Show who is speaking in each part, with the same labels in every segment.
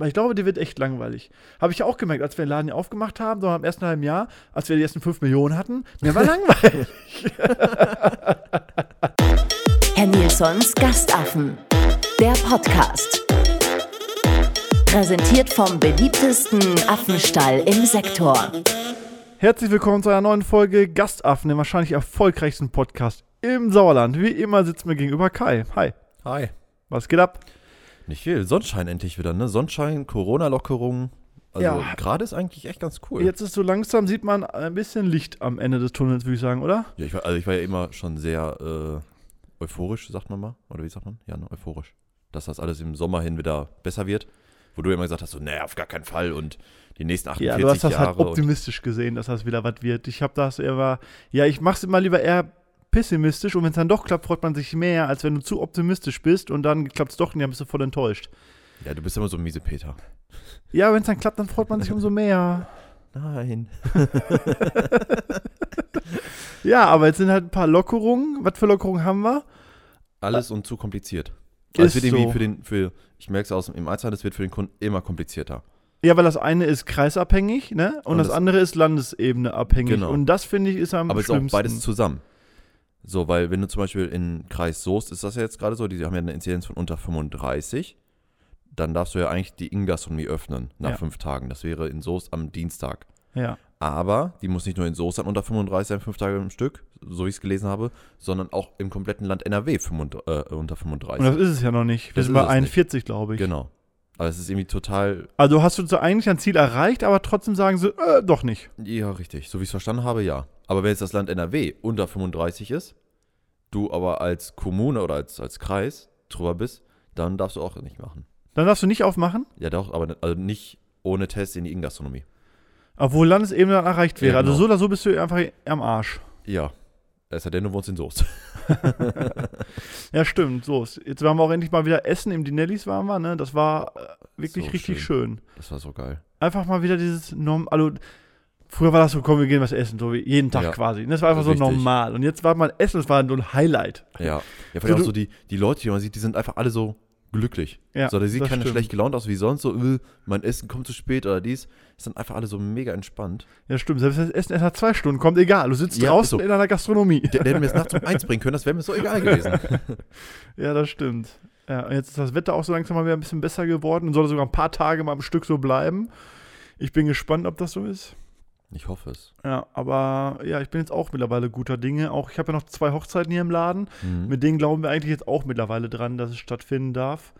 Speaker 1: Weil ich glaube, die wird echt langweilig. Habe ich ja auch gemerkt, als wir den Laden ja aufgemacht haben, so am ersten halben Jahr, als wir die ersten 5 Millionen hatten, mir war langweilig.
Speaker 2: Herr Nilsons Gastaffen. Der Podcast. Präsentiert vom beliebtesten Affenstall im Sektor.
Speaker 1: Herzlich willkommen zu einer neuen Folge Gastaffen, dem wahrscheinlich erfolgreichsten Podcast im Sauerland. Wie immer sitzt mir gegenüber Kai. Hi,
Speaker 3: Hi.
Speaker 1: was geht ab?
Speaker 3: Nicht viel. Sonnenschein endlich wieder, ne? Sonnenschein, Corona-Lockerung. Also
Speaker 1: Ja.
Speaker 3: gerade ist eigentlich echt ganz cool.
Speaker 1: Jetzt ist so langsam, sieht man ein bisschen Licht am Ende des Tunnels, würde ich sagen, oder?
Speaker 3: Ja, ich war, also ich war ja immer schon sehr äh, euphorisch, sagt man mal. Oder wie sagt man? Ja, ne? euphorisch. Dass das alles im Sommer hin wieder besser wird. Wo du immer gesagt hast, so, naja, auf gar keinen Fall. Und die nächsten 48
Speaker 1: Ja, du hast das
Speaker 3: Jahre.
Speaker 1: halt
Speaker 3: und,
Speaker 1: optimistisch gesehen, dass das wieder was wird. Ich habe das eher war, ja, ich mach's immer lieber eher pessimistisch und wenn es dann doch klappt, freut man sich mehr, als wenn du zu optimistisch bist und dann klappt's doch nicht, dann bist du voll enttäuscht.
Speaker 3: ja, du bist immer so ein miese Peter.
Speaker 1: Ja, wenn es dann klappt, dann freut man sich umso mehr.
Speaker 3: Nein.
Speaker 1: Ja, aber jetzt sind halt ein paar Lockerungen. Was für Lockerungen haben wir?
Speaker 3: Alles und zu kompliziert.
Speaker 1: Ist
Speaker 3: es wird irgendwie
Speaker 1: so.
Speaker 3: für den, für, ich merke es aus dem Einzelhandel, es wird für den Kunden immer komplizierter.
Speaker 1: Ja, weil das eine ist kreisabhängig, ne? Und,
Speaker 3: Und
Speaker 1: das,
Speaker 3: das-
Speaker 1: andere ist Landesebene abhängig.
Speaker 3: Genau.
Speaker 1: Und das finde ich ist am
Speaker 3: Aber es ist auch
Speaker 1: schlimmsten.
Speaker 3: beides zusammen. So, weil wenn du zum Beispiel in Kreis Soest, ist das ja jetzt gerade so, die haben ja eine Inzidenz von unter 35, dann darfst du ja eigentlich die Ingastronomie öffnen nach
Speaker 1: Ja.
Speaker 3: fünf Tagen. Das wäre in Soest am Dienstag.
Speaker 1: ja.
Speaker 3: Aber die muss nicht nur in Soest sein, unter 35 sein, fünf Tage im Stück, so wie ich es gelesen habe, sondern auch im kompletten Land NRW 35, äh, unter
Speaker 1: Und das
Speaker 3: 35.
Speaker 1: ist es ja noch nicht. Wir
Speaker 3: Das
Speaker 1: sind
Speaker 3: ist
Speaker 1: bei
Speaker 3: es nicht.
Speaker 1: 41, glaube ich.
Speaker 3: Genau. Also es ist irgendwie total,
Speaker 1: Also hast du so eigentlich ein Ziel erreicht, aber trotzdem sagen sie, äh, doch nicht.
Speaker 3: ja richtig, so wie ich es verstanden habe, ja. Aber wenn jetzt das Land NRW unter 35 ist, du aber als Kommune oder als, als Kreis drüber bist, dann darfst du auch nicht machen.
Speaker 1: Dann darfst du nicht aufmachen,
Speaker 3: Ja, doch, aber also nicht ohne Test in die Ingastronomie.
Speaker 1: obwohl Landesebene dann erreicht wäre.
Speaker 3: Ja, genau.
Speaker 1: Also so oder so bist du einfach am Arsch.
Speaker 3: Ja. Es sei denn, du wohnst in Soest.
Speaker 1: Ja, stimmt. So, ist- jetzt waren wir auch endlich mal wieder essen. Im Dinellis waren wir, ne? Das war äh, wirklich
Speaker 3: So
Speaker 1: richtig schön.
Speaker 3: Das war so geil.
Speaker 1: einfach mal wieder dieses Norm. Also, früher war das so, komm, wir gehen was essen, so wie jeden Tag
Speaker 3: Ja.
Speaker 1: quasi. Das war einfach so
Speaker 3: Richtig.
Speaker 1: normal. Und jetzt war mal Essen, das war so ein Highlight.
Speaker 3: Ja. Ja,
Speaker 1: So,
Speaker 3: vielleicht
Speaker 1: du-
Speaker 3: auch so die, die Leute, die man sieht, die sind einfach alle so glücklich.
Speaker 1: Ja,
Speaker 3: so, da sieht
Speaker 1: das
Speaker 3: keiner
Speaker 1: stimmt.
Speaker 3: schlecht gelaunt aus wie sonst, so, äh, mein Essen kommt zu spät oder dies. Es sind einfach alle so mega entspannt.
Speaker 1: Ja, stimmt. Selbst wenn das Essen erst nach zwei Stunden kommt, egal. Du sitzt
Speaker 3: Ja, also
Speaker 1: draußen
Speaker 3: so.
Speaker 1: in einer Gastronomie.
Speaker 3: Der hätte mir es nachts um eins bringen können, das wäre mir so egal gewesen.
Speaker 1: Ja, das stimmt. Ja, und jetzt ist das Wetter auch so langsam mal wieder ein bisschen besser geworden und soll sogar ein paar Tage mal am Stück so bleiben. Ich bin gespannt, ob das so ist.
Speaker 3: Ich hoffe es.
Speaker 1: Ja, aber ja, ich bin jetzt auch mittlerweile guter Dinge. Auch ich habe ja noch zwei Hochzeiten hier im Laden.
Speaker 3: Mhm.
Speaker 1: Mit denen glauben wir eigentlich jetzt auch mittlerweile dran, dass es stattfinden darf,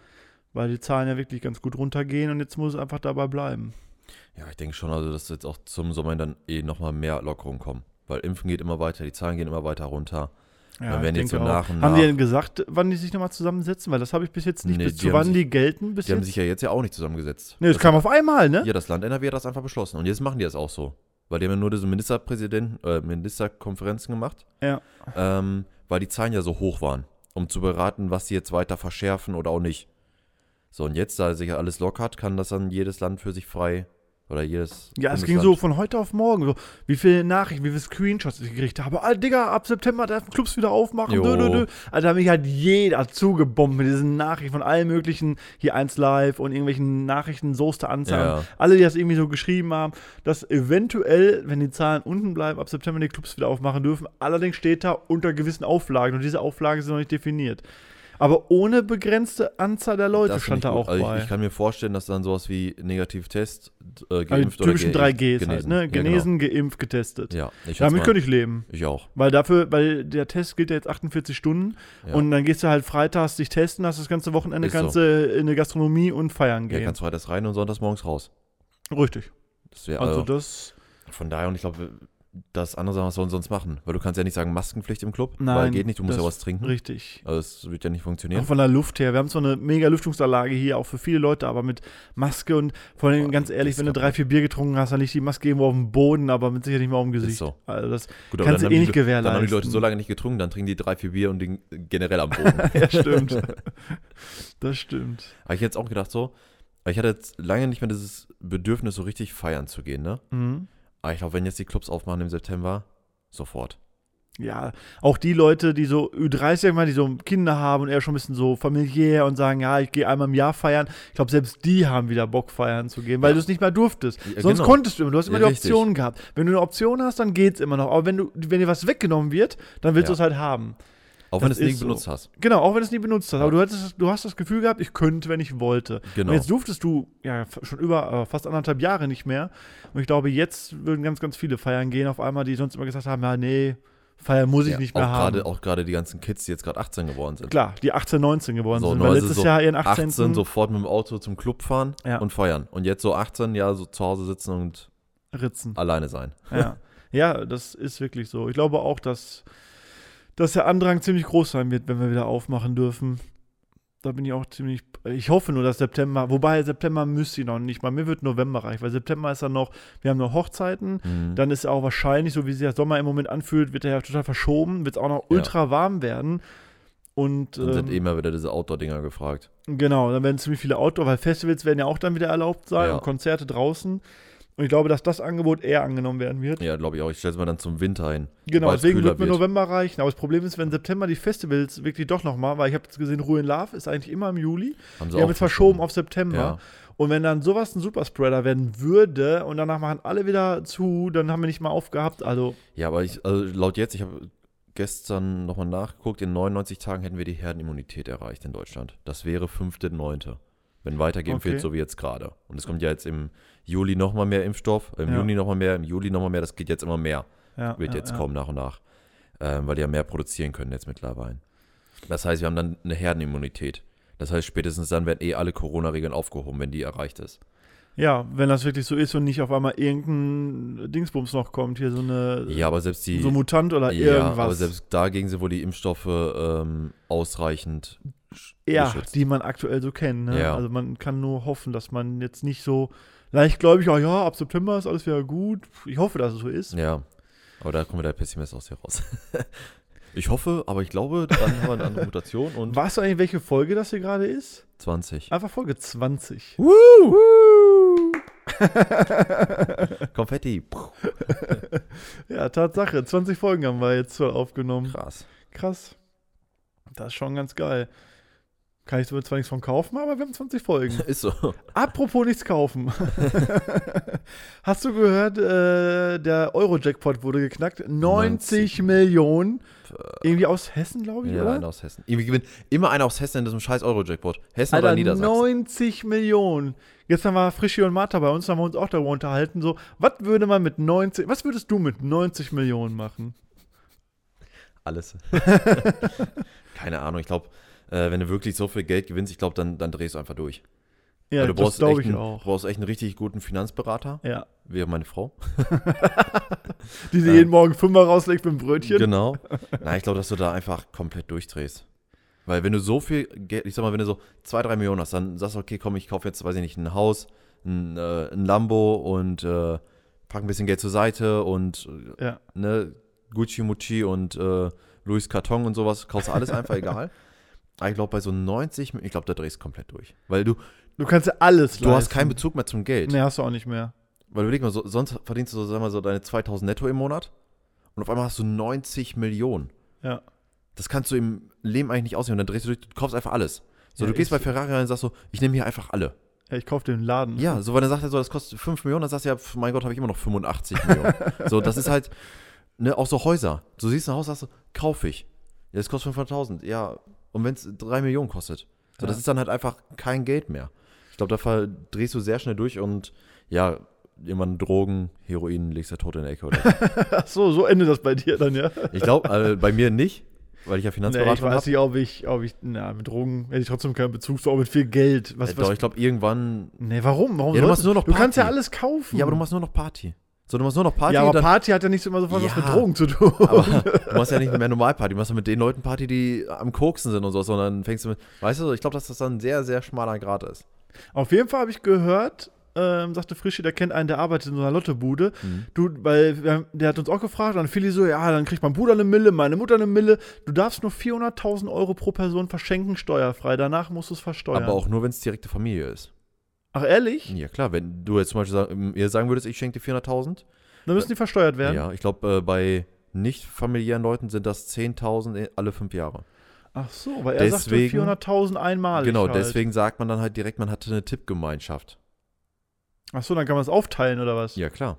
Speaker 1: weil die Zahlen ja wirklich ganz gut runtergehen und jetzt muss es einfach dabei bleiben.
Speaker 3: Ja, ich denke schon, also dass jetzt auch zum Sommer hin dann eh nochmal mehr Lockerungen kommen. Weil Impfen geht immer weiter, die Zahlen gehen immer weiter runter.
Speaker 1: Ja,
Speaker 3: Dann werden
Speaker 1: ich
Speaker 3: jetzt
Speaker 1: denke
Speaker 3: so
Speaker 1: auch.
Speaker 3: nach und
Speaker 1: Haben die
Speaker 3: nach-
Speaker 1: denn gesagt, wann die sich nochmal zusammensetzen? Weil das habe ich bis jetzt nicht.
Speaker 3: Nee,
Speaker 1: bis
Speaker 3: die
Speaker 1: zu
Speaker 3: haben
Speaker 1: wann
Speaker 3: sich-
Speaker 1: die gelten bis
Speaker 3: Die haben
Speaker 1: jetzt?
Speaker 3: sich ja jetzt ja auch nicht zusammengesetzt.
Speaker 1: nee, das kam auf einmal, ne?
Speaker 3: Ja, das Land NRW hat das einfach beschlossen. Und jetzt machen die das auch so. Weil die haben ja nur diese Ministerpräsidenten, äh, Ministerkonferenzen gemacht,
Speaker 1: Ja.
Speaker 3: ähm, weil die Zahlen ja so hoch waren, um zu beraten, was sie jetzt weiter verschärfen oder auch nicht. So, und jetzt, da sich ja alles lockert, kann das dann jedes Land für sich frei oder jedes.
Speaker 1: Ja, es ging so von heute auf morgen. So, wie viele Nachrichten, wie viele Screenshots ich gekriegt habe. Ah, Digga, ab September darf Clubs wieder aufmachen. Dö,
Speaker 3: Jo.
Speaker 1: dö, dö. Also da hat mich halt jeder zugebombt mit diesen Nachrichten von allen möglichen, hier 1 live und irgendwelchen Nachrichten, soester Anzahlen.
Speaker 3: Ja.
Speaker 1: Alle, die das irgendwie so geschrieben haben, dass eventuell, wenn die Zahlen unten bleiben, ab September die Clubs wieder aufmachen dürfen. Allerdings steht da unter gewissen Auflagen und diese Auflagen sind noch nicht definiert. Aber ohne begrenzte Anzahl der Leute
Speaker 3: Das
Speaker 1: stand
Speaker 3: finde
Speaker 1: da
Speaker 3: ich
Speaker 1: auch
Speaker 3: gut. also
Speaker 1: bei.
Speaker 3: Ich, ich kann mir vorstellen, dass dann sowas wie Negativtest, äh, geimpft
Speaker 1: also die
Speaker 3: oder
Speaker 1: typischen
Speaker 3: ge-
Speaker 1: 3Gs halt,
Speaker 3: genesen.
Speaker 1: ne?
Speaker 3: Ja, genau.
Speaker 1: Genesen, geimpft, getestet.
Speaker 3: ja
Speaker 1: Damit
Speaker 3: ich schätze mal,
Speaker 1: könnte ich leben.
Speaker 3: ich auch.
Speaker 1: Weil dafür, weil der Test gilt ja jetzt 48 Stunden
Speaker 3: Ja.
Speaker 1: und dann gehst du halt freitags dich testen, hast das ganze Wochenende
Speaker 3: Ist so.
Speaker 1: kannst du in eine Gastronomie und feiern
Speaker 3: Ja,
Speaker 1: gehen.
Speaker 3: kannst freitags rein und sonntags morgens raus.
Speaker 1: Richtig.
Speaker 3: Das wäre
Speaker 1: Also das
Speaker 3: Von daher, und ich glaube, das andere Sachen, was sollen sie sonst machen? Weil du kannst ja nicht sagen, Maskenpflicht im Club, weil
Speaker 1: Nein,
Speaker 3: geht nicht, du musst
Speaker 1: das-
Speaker 3: ja was trinken.
Speaker 1: richtig.
Speaker 3: Also das wird ja nicht
Speaker 1: Auch
Speaker 3: funktionieren.
Speaker 1: von der Luft her. Wir haben zwar eine mega Lüftungsanlage hier, auch für viele Leute, aber mit Maske und vor allem
Speaker 3: Boah,
Speaker 1: ganz ehrlich,
Speaker 3: Oh, das
Speaker 1: wenn du
Speaker 3: kann-
Speaker 1: drei, vier Bier getrunken hast, dann liegt die Maske irgendwo auf dem Boden, aber mit Sicherheit nicht mehr auf dem Gesicht.
Speaker 3: so.
Speaker 1: Also das
Speaker 3: Gut, aber
Speaker 1: kannst du eh
Speaker 3: dann haben die
Speaker 1: nicht
Speaker 3: Le- Dann haben die
Speaker 1: gewährleisten.
Speaker 3: Leute so lange nicht getrunken, dann trinken die drei, vier Bier und liegen generell am Boden. Habe
Speaker 1: ja, stimmt. das stimmt.
Speaker 3: ich jetzt auch gedacht so, weil ich hatte jetzt lange nicht mehr dieses Bedürfnis, so richtig feiern zu gehen, ne?
Speaker 1: Mhm.
Speaker 3: Aber ich glaube, wenn jetzt die Clubs aufmachen im September, sofort.
Speaker 1: ja, auch die Leute, die so Ü30 mal, die so Kinder haben und eher schon ein bisschen so familiär und sagen, ja, ich gehe einmal im Jahr feiern. Ich glaube, selbst die haben wieder Bock feiern zu gehen, weil du es nicht mehr durftest.
Speaker 3: Ja,
Speaker 1: Sonst
Speaker 3: genau.
Speaker 1: konntest du immer, du hast immer
Speaker 3: Ja,
Speaker 1: die
Speaker 3: richtig.
Speaker 1: Option gehabt. Wenn du eine Option hast, dann geht's immer noch. Aber wenn du wenn dir was weggenommen wird, dann willst du
Speaker 3: Ja.
Speaker 1: es halt haben.
Speaker 3: Auch wenn du
Speaker 1: Das
Speaker 3: es nie
Speaker 1: ist so.
Speaker 3: benutzt hast.
Speaker 1: Genau, auch wenn du es nie benutzt hast. Aber du, hattest, du hast das Gefühl gehabt, ich könnte, wenn ich wollte.
Speaker 3: Genau.
Speaker 1: Und jetzt durftest du ja f- schon über äh, fast anderthalb Jahre nicht mehr. Und ich glaube, jetzt würden ganz, ganz viele feiern gehen auf einmal, die sonst immer gesagt haben, ja, nee, feiern muss ich nicht mehr
Speaker 3: auch
Speaker 1: haben.
Speaker 3: gerade auch gerade die ganzen Kids, die jetzt gerade 18 geworden sind.
Speaker 1: Klar, die 18, 19 geworden sind, weil
Speaker 3: also
Speaker 1: letztes
Speaker 3: so
Speaker 1: Jahr ihren 18.
Speaker 3: 18 sofort mit dem Auto zum Club fahren
Speaker 1: mhm. Ja.
Speaker 3: und feiern. Und jetzt so 18, ja, so zu Hause sitzen und
Speaker 1: ritzen.
Speaker 3: alleine sein.
Speaker 1: Ja. ja, das ist wirklich so. Ich glaube auch, dass, dass der Andrang ziemlich groß sein wird, wenn wir wieder aufmachen dürfen. Da bin ich auch ziemlich. Ich hoffe nur, dass September. Wobei September müsste ich noch nicht mal. Mir wird November reich, weil September ist dann noch. Wir haben noch Hochzeiten.
Speaker 3: Mhm.
Speaker 1: Dann ist auch wahrscheinlich, so wie sich der Sommer im Moment anfühlt, wird er ja total verschoben. Wird es auch noch ultra warm werden. Und
Speaker 3: Dann sind
Speaker 1: ähm,
Speaker 3: eh immer wieder diese Outdoor-Dinger gefragt.
Speaker 1: Genau, dann werden ziemlich viele Outdoor, weil Festivals werden ja auch dann wieder erlaubt sein
Speaker 3: Ja.
Speaker 1: und Konzerte draußen. Und ich glaube, dass das Angebot eher angenommen werden wird.
Speaker 3: Ja, glaube ich auch. Ich stelle es mal dann zum Winter hin.
Speaker 1: genau,
Speaker 3: weil's
Speaker 1: deswegen
Speaker 3: kühler
Speaker 1: wird mir November reichen. Aber das Problem ist, wenn September die Festivals wirklich doch nochmal, weil ich habe jetzt gesehen, Ruhe in Love ist eigentlich immer im Juli.
Speaker 3: Haben sie
Speaker 1: Die haben
Speaker 3: auch
Speaker 1: jetzt verschoben
Speaker 3: verschoben.
Speaker 1: auf September.
Speaker 3: Ja.
Speaker 1: Und wenn dann sowas ein Superspreader werden würde und danach machen alle wieder zu, dann haben wir nicht mal aufgehabt. Also,
Speaker 3: Ja, aber ich, also laut jetzt, ich habe gestern nochmal nachgeguckt, in 99 Tagen hätten wir die Herdenimmunität erreicht in Deutschland. Das wäre 5.9., wenn weitergehen
Speaker 1: Okay.
Speaker 3: wird, so wie jetzt gerade. Und es kommt ja jetzt im Juli nochmal mehr Impfstoff, im
Speaker 1: Ja.
Speaker 3: Juni nochmal mehr, im Juli nochmal mehr, das geht jetzt immer mehr,
Speaker 1: ja.
Speaker 3: wird
Speaker 1: ja,
Speaker 3: jetzt
Speaker 1: ja.
Speaker 3: kommen nach und nach, ähm, weil die ja mehr produzieren können jetzt mittlerweile. Das heißt, wir haben dann eine Herdenimmunität. Das heißt, spätestens dann werden eh alle Corona-Regeln aufgehoben, wenn die erreicht ist.
Speaker 1: Ja, wenn das wirklich so ist und nicht auf einmal irgendein Dingsbums noch kommt, hier so eine.
Speaker 3: Ja, aber selbst die,
Speaker 1: So Mutant oder
Speaker 3: ja,
Speaker 1: irgendwas.
Speaker 3: aber selbst dagegen sind wohl die Impfstoffe ähm, ausreichend
Speaker 1: Ja,
Speaker 3: geschützt.
Speaker 1: die man aktuell so kennt. Ne?
Speaker 3: Ja.
Speaker 1: Also man kann nur hoffen, dass man jetzt nicht so leichtgläubig, oh ja, ab September ist alles wieder gut. Ich hoffe, dass es so ist.
Speaker 3: Ja, aber da kommen wir der Pessimist aus hier raus. ich hoffe, aber ich glaube, dann haben wir eine andere Mutation und
Speaker 1: Weißt du eigentlich, welche Folge das hier gerade ist?
Speaker 3: 20.
Speaker 1: Einfach Folge 20.
Speaker 3: Konfetti. Puh,
Speaker 1: Ja, Tatsache. 20 Folgen haben wir jetzt voll aufgenommen.
Speaker 3: krass.
Speaker 1: Krass. Das ist schon ganz geil. Kann ich so zwar nichts von kaufen, aber wir haben 20 Folgen.
Speaker 3: Ist so.
Speaker 1: Apropos nichts kaufen. Hast du gehört, äh, der Euro-Jackpot wurde geknackt? 90 Millionen. Irgendwie aus Hessen, glaube ich,
Speaker 3: Ja, einer
Speaker 1: oder?
Speaker 3: aus Hessen. Irgendwie gewinnt immer einer aus Hessen in diesem scheiß Euro-Jackpot. Hessen oder
Speaker 1: Alter,
Speaker 3: Niedersachsen.
Speaker 1: 90 Millionen. Gestern war Frischi und Martha bei uns, da haben wir uns auch darüber unterhalten. So, was würde man mit 90, was würdest du mit 90 Millionen machen?
Speaker 3: Alles. Keine Ahnung, ich glaube, äh, wenn du wirklich so viel Geld gewinnst, ich glaube, dann, dann drehst du einfach durch.
Speaker 1: Ja,
Speaker 3: Weil Also, du
Speaker 1: das
Speaker 3: brauchst
Speaker 1: glaube
Speaker 3: echt
Speaker 1: ich
Speaker 3: einen,
Speaker 1: auch.
Speaker 3: brauchst echt einen richtig guten Finanzberater,
Speaker 1: Ja.
Speaker 3: wie meine Frau.
Speaker 1: Die dir
Speaker 3: Ja.
Speaker 1: jeden Morgen Fünfer rauslegt mit dem Brötchen.
Speaker 3: Genau. Nein, ich glaube, dass du da einfach komplett durchdrehst. Weil wenn du so viel Geld, ich sag mal, wenn du so zwei, drei Millionen hast, dann sagst du, okay, komm, ich kaufe jetzt, weiß ich nicht, ein Haus, ein, äh, ein Lambo und äh, pack ein bisschen Geld zur Seite und äh,
Speaker 1: Ja.
Speaker 3: ne, Gucci Mucci und äh, Louis Carton und sowas, kaufst du alles einfach egal. Aber ich glaube, bei so 90, ich glaube, da drehst du komplett durch. Weil du,
Speaker 1: Du kannst ja alles
Speaker 3: du hast
Speaker 1: leisten.
Speaker 3: keinen Bezug mehr zum Geld.
Speaker 1: Nee, hast du auch nicht mehr.
Speaker 3: Weil überleg mal, so, sonst verdienst du so, sag mal, so deine 2000 netto im Monat und auf einmal hast du 90 Millionen.
Speaker 1: Ja.
Speaker 3: Das kannst du im Leben eigentlich nicht ausnehmen. Dann drehst du durch, du kaufst einfach alles. So,
Speaker 1: Ja,
Speaker 3: du gehst
Speaker 1: ich-
Speaker 3: bei Ferrari rein und sagst so, ich nehme hier einfach alle.
Speaker 1: ja ich kaufe den Laden.
Speaker 3: Ja, so, weil dann sagt er so, das kostet 5 Millionen, dann sagst du ja, pf, mein Gott, habe ich immer noch 85 Millionen. so, das ist halt, ne, auch so Häuser. Du siehst ein Haus, sagst du, kauf ich. Ja, das kostet 500.000. Ja, und wenn es 3 Millionen kostet. So, das
Speaker 1: Ja.
Speaker 3: ist dann halt einfach kein Geld mehr. Ich glaube, da ver- drehst du sehr schnell durch und ja, jemanden Drogen, Heroin, legst du tot in der Ecke. Oder so.
Speaker 1: Ach so, so endet das bei dir dann, ja?
Speaker 3: ich glaube, äh, bei mir nicht, weil ich
Speaker 1: Nee,
Speaker 3: ja
Speaker 1: ich
Speaker 3: Finanzberatung habe.
Speaker 1: weiß nicht, ob ich, ob ich, na, mit Drogen hätte ich trotzdem keinen Bezug, so auch mit viel Geld. Was,
Speaker 3: Äh,
Speaker 1: was,
Speaker 3: Doch, ich glaube, irgendwann
Speaker 1: nee, warum? Warum
Speaker 3: Ja, du
Speaker 1: sollst
Speaker 3: machst nur noch
Speaker 1: Du kannst ja
Speaker 3: Party.
Speaker 1: alles kaufen.
Speaker 3: Ja, aber du machst nur noch Party. So, du machst nur noch Party.
Speaker 1: Ja, aber
Speaker 3: und dann,
Speaker 1: Party hat ja nicht so immer sofort was
Speaker 3: Ja.
Speaker 1: mit Drogen zu tun.
Speaker 3: aber du machst ja nicht mehr normal Party. Du machst ja mit den Leuten Party, die am Koksen sind und so, sondern fängst du mit. Weißt du, so, ich glaube, dass das dann ein sehr, sehr schmaler Grad ist.
Speaker 1: Auf jeden Fall habe ich gehört, ähm, sagte Frischi, der kennt einen, der arbeitet in so einer Lottebude.
Speaker 3: Mhm.
Speaker 1: Du, weil wir haben- der hat uns auch gefragt, und viele so, ja, dann kriegt mein Bruder eine Mille, meine Mutter eine Mille. Du darfst nur 400.000 Euro pro Person verschenken, steuerfrei. Danach musst du es versteuern.
Speaker 3: Aber auch nur, wenn es direkte Familie ist.
Speaker 1: Ach, ehrlich?
Speaker 3: Ja, klar, wenn du jetzt zum Beispiel sagen, ihr sagen würdest, ich schenke dir 400.000.
Speaker 1: Dann müssen die versteuert werden.
Speaker 3: Ja, ich glaube, äh, bei nicht familiären Leuten sind das 10.000 alle fünf Jahre.
Speaker 1: Ach so, weil er
Speaker 3: Deswegen-
Speaker 1: sagte 400.000 einmalig.
Speaker 3: genau,
Speaker 1: halt.
Speaker 3: deswegen sagt man dann halt direkt, man hatte eine Tippgemeinschaft.
Speaker 1: Ach so, dann kann man es aufteilen oder was?
Speaker 3: Ja, klar.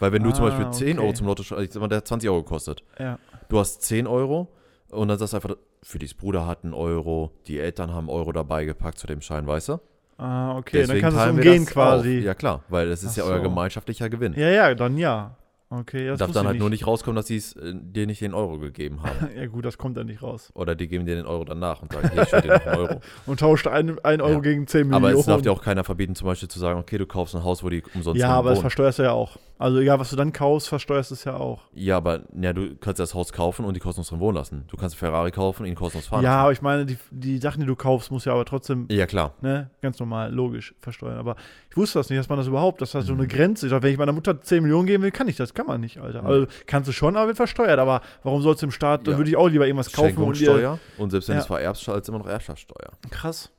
Speaker 3: Weil wenn du zum
Speaker 1: Ah,
Speaker 3: Beispiel 10 Euro
Speaker 1: okay.
Speaker 3: zum Lotto, sch- also ich sag mal, der hat 20 Euro gekostet.
Speaker 1: Ja.
Speaker 3: Du hast 10 Euro und dann sagst du einfach, für dies Bruder hat einen Euro, die Eltern haben einen Euro dabei gepackt zu dem Schein, weißt du?
Speaker 1: Ah, okay,
Speaker 3: Deswegen
Speaker 1: dann kannst du
Speaker 3: teilen
Speaker 1: es
Speaker 3: wir
Speaker 1: umgehen
Speaker 3: das
Speaker 1: quasi.
Speaker 3: Auf. Ja klar, weil das ist
Speaker 1: Ach
Speaker 3: ja euer
Speaker 1: so.
Speaker 3: gemeinschaftlicher Gewinn.
Speaker 1: Ja, ja, dann ja. Okay, das
Speaker 3: Darf
Speaker 1: wusste
Speaker 3: dann
Speaker 1: ich
Speaker 3: halt nur nicht rauskommen, dass die es, äh, dir nicht den Euro gegeben haben.
Speaker 1: Ja gut, das kommt dann nicht raus.
Speaker 3: Oder die geben dir den Euro danach und sagen, hier, ich dir noch einen Euro.
Speaker 1: Und tauscht einen, einen Euro
Speaker 3: Ja.
Speaker 1: gegen 10 Millionen.
Speaker 3: Aber es darf dir auch keiner verbieten, zum Beispiel zu sagen, okay, du kaufst ein Haus, wo die umsonst
Speaker 1: ja,
Speaker 3: drin
Speaker 1: aber das
Speaker 3: wohnen.
Speaker 1: versteuerst du ja auch. Also egal, was du dann kaufst, versteuerst du es ja auch.
Speaker 3: Ja, aber ja, du kannst das Haus kaufen und die kostenlos drin wohnen lassen. Du kannst einen Ferrari kaufen, ihn kostenlos fahren
Speaker 1: ja,
Speaker 3: lassen.
Speaker 1: aber ich meine, die, die Sachen, die du kaufst, musst du ja aber trotzdem,
Speaker 3: Ja, klar.
Speaker 1: ne, ganz normal, logisch versteuern. Aber ich wusste das nicht, dass man das überhaupt, dass das so
Speaker 3: Mhm.
Speaker 1: eine Grenze ist. Aber Wenn ich meiner Mutter 10 Millionen geben will, kann ich das, kann man nicht, Alter. Also kannst du schon, aber wird versteuert. Aber warum sollst du im Staat, dann
Speaker 3: Ja.
Speaker 1: würde ich auch lieber irgendwas kaufen und dir,
Speaker 3: Schenkungssteuer und selbst wenn
Speaker 1: Ja.
Speaker 3: du es vererbst, zahlst du immer noch Erbschaftssteuer.
Speaker 1: krass,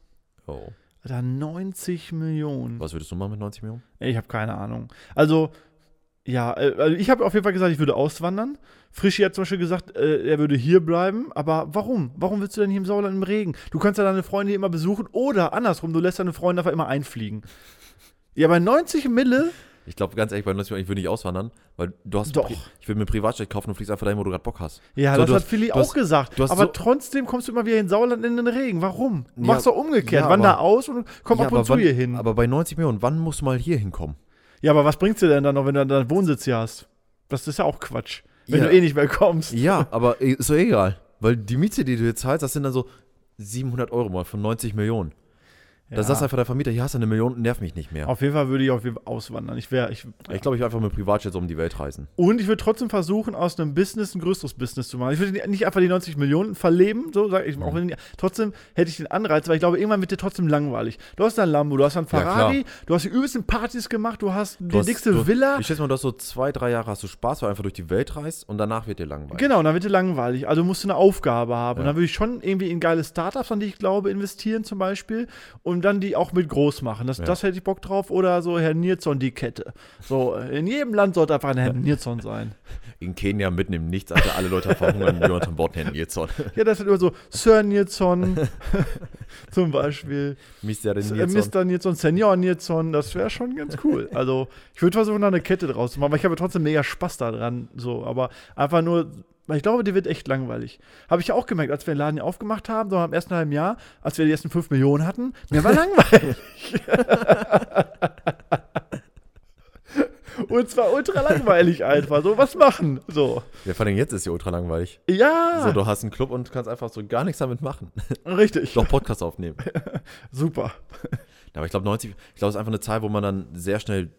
Speaker 3: Oh.
Speaker 1: Alter, 90 Millionen.
Speaker 3: Was würdest du machen mit 90 Millionen?
Speaker 1: Ich habe keine Ahnung. Also, ja, äh, also ich habe auf jeden Fall gesagt, ich würde auswandern. Frischi hat zum Beispiel gesagt, äh, er würde hier bleiben. Aber warum? Warum willst du denn hier im Sauerland im Regen? Du kannst ja deine Freunde immer besuchen oder andersrum, du lässt deine Freunde einfach immer einfliegen. Ja, bei 90 Mille,
Speaker 3: Ich glaube, ganz ehrlich, bei 90 Millionen, ich würde nicht auswandern, weil du hast.
Speaker 1: Doch.
Speaker 3: Ich würde mir ein Privatjet kaufen und fliegst einfach dahin, wo du gerade Bock hast.
Speaker 1: ja,
Speaker 3: So,
Speaker 1: das
Speaker 3: du
Speaker 1: hat
Speaker 3: hast-
Speaker 1: Philly
Speaker 3: du
Speaker 1: auch
Speaker 3: hast-
Speaker 1: gesagt.
Speaker 3: du hast
Speaker 1: Aber
Speaker 3: so- trotzdem
Speaker 1: trotzdem kommst du immer wieder in Sauerland in den Regen. Warum?
Speaker 3: Ja,
Speaker 1: Mach's doch umgekehrt.
Speaker 3: ja,
Speaker 1: Wander
Speaker 3: aber-
Speaker 1: aus und komm
Speaker 3: Ja,
Speaker 1: ab und
Speaker 3: aber
Speaker 1: zu
Speaker 3: wann-
Speaker 1: hier hin.
Speaker 3: Aber bei 90 Millionen, wann musst du mal hier hinkommen?
Speaker 1: ja, aber was bringt's dir denn dann noch, wenn du deinen Wohnsitz hier hast? Das ist ja auch Quatsch. Wenn
Speaker 3: Ja.
Speaker 1: du eh nicht mehr kommst.
Speaker 3: Ja, aber e- ist doch egal. Weil die Miete, die du jetzt zahlst, das sind dann so 700 Euro mal von 90 Millionen. Da
Speaker 1: Ja.
Speaker 3: sagst du einfach der Vermieter, hier hast du eine Million, nerv mich nicht mehr.
Speaker 1: Auf jeden Fall würde ich auf jeden Fall auswandern. Ich wäre, ich,
Speaker 3: Ich glaube, ich würde einfach mit dem Privatjet so um die Welt reisen.
Speaker 1: und ich würde trotzdem versuchen, aus einem Business ein größeres Business zu machen. Ich würde nicht einfach die 90 Millionen verleben, so sage ich mal. Auch
Speaker 3: Mhm.
Speaker 1: wenn, trotzdem hätte ich den Anreiz, weil ich glaube, irgendwann wird dir trotzdem langweilig. Du hast dein Lambo, du hast dein Ferrari, du hast die übelsten Partys gemacht, du hast die
Speaker 3: hast-
Speaker 1: dickste
Speaker 3: du,
Speaker 1: Villa.
Speaker 3: Ich schätze mal, du hast so zwei, drei Jahre hast du Spaß, weil du einfach durch die Welt reist und danach wird dir langweilig.
Speaker 1: Genau, dann wird dir langweilig. Also musst du eine Aufgabe haben. Und
Speaker 3: Ja.
Speaker 1: dann würde ich schon irgendwie in geile Startups, an die ich glaube, investieren zum Beispiel. Und dann die auch mit groß machen. Das, das hätte ich Bock drauf. Oder so Herr Nierson, die Kette. So, in jedem Land sollte einfach ein Herr Nierson sein.
Speaker 3: In Kenia mitten im Nichts, Alter, alle Leute verhungern, Jonathan Borden Nilsson.
Speaker 1: Ja, das sind immer so Sir Nilsson zum Beispiel,
Speaker 3: Mr.
Speaker 1: äh,
Speaker 3: Nilsson.
Speaker 1: Mr. Nilsson, Senior Nilsson, das wäre schon ganz cool. Also ich würde versuchen, da eine Kette draus zu machen, aber ich habe trotzdem mega Spaß daran, so, aber einfach nur, weil ich glaube, die wird echt langweilig. Habe ich ja auch gemerkt, als wir den Laden ja aufgemacht haben, so am ersten halben Jahr, als wir die ersten 5 Millionen hatten, mir war langweilig. Und zwar ultra langweilig einfach. So, was machen? So.
Speaker 3: Ja, vor allem jetzt ist hier ultra langweilig.
Speaker 1: Ja,
Speaker 3: So, du hast einen Club und kannst einfach so gar nichts damit machen.
Speaker 1: richtig.
Speaker 3: Doch Podcast aufnehmen.
Speaker 1: Super.
Speaker 3: Ja, aber ich glaube 90, ich glaube, es ist einfach eine Zahl, wo man dann sehr schnell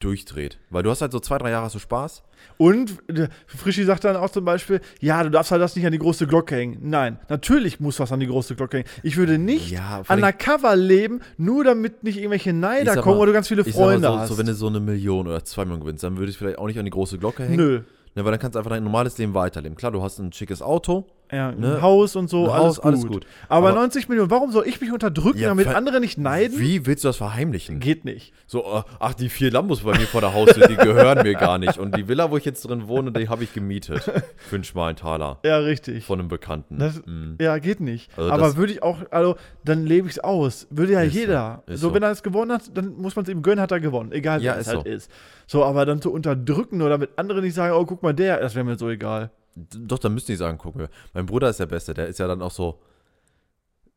Speaker 3: durchdreht. Weil du hast halt so zwei, drei Jahre so Spaß.
Speaker 1: Und äh, Frischi sagt dann auch zum Beispiel, ja, du darfst halt das nicht an die große Glocke hängen. Nein, natürlich muss was an die große Glocke hängen. Ich würde nicht
Speaker 3: Ja, vor allem-
Speaker 1: undercover leben, nur damit nicht irgendwelche
Speaker 3: Ich
Speaker 1: Neider
Speaker 3: sag
Speaker 1: kommen
Speaker 3: mal-
Speaker 1: oder du ganz viele
Speaker 3: ich sag mal
Speaker 1: Freunde
Speaker 3: so,
Speaker 1: hast.
Speaker 3: So, wenn du so eine Million oder zwei Millionen gewinnst, dann würde ich vielleicht auch nicht an die große Glocke hängen.
Speaker 1: Nö.
Speaker 3: Ne, weil dann kannst du einfach dein normales Leben weiterleben. Klar, du hast ein schickes Auto.
Speaker 1: Ja,
Speaker 3: Ne?
Speaker 1: ein Haus und so,
Speaker 3: Ein
Speaker 1: alles,
Speaker 3: Haus,
Speaker 1: gut.
Speaker 3: alles gut.
Speaker 1: Aber,
Speaker 3: Aber-
Speaker 1: 90 Millionen, warum soll ich mich unterdrücken,
Speaker 3: Ja,
Speaker 1: damit
Speaker 3: ver-
Speaker 1: andere nicht neiden?
Speaker 3: Wie willst du das verheimlichen?
Speaker 1: Geht nicht.
Speaker 3: So, äh, ach, die vier Lambos bei mir vor der Haustür, die gehören mir gar nicht. Und die Villa, wo ich jetzt drin wohne, die habe ich gemietet. Für einen schmalen Taler.
Speaker 1: Ja, richtig.
Speaker 3: Von einem Bekannten.
Speaker 1: Das,
Speaker 3: Mm.
Speaker 1: Ja, geht nicht.
Speaker 3: Also das-
Speaker 1: aber würde ich auch, also dann lebe ich es aus. Würde ja
Speaker 3: Ist so,
Speaker 1: jeder. So,
Speaker 3: ist so.
Speaker 1: wenn er es gewonnen hat, dann muss man es ihm gönnen, hat er gewonnen. Egal,
Speaker 3: Ja,
Speaker 1: wer es
Speaker 3: ist
Speaker 1: halt
Speaker 3: so.
Speaker 1: ist. So, aber dann zu unterdrücken oder damit andere nicht sagen, oh, guck mal, der, das wäre mir so egal.
Speaker 3: Doch, dann müssen die sagen, guck mal, mein Bruder ist der Beste, der ist ja dann auch so,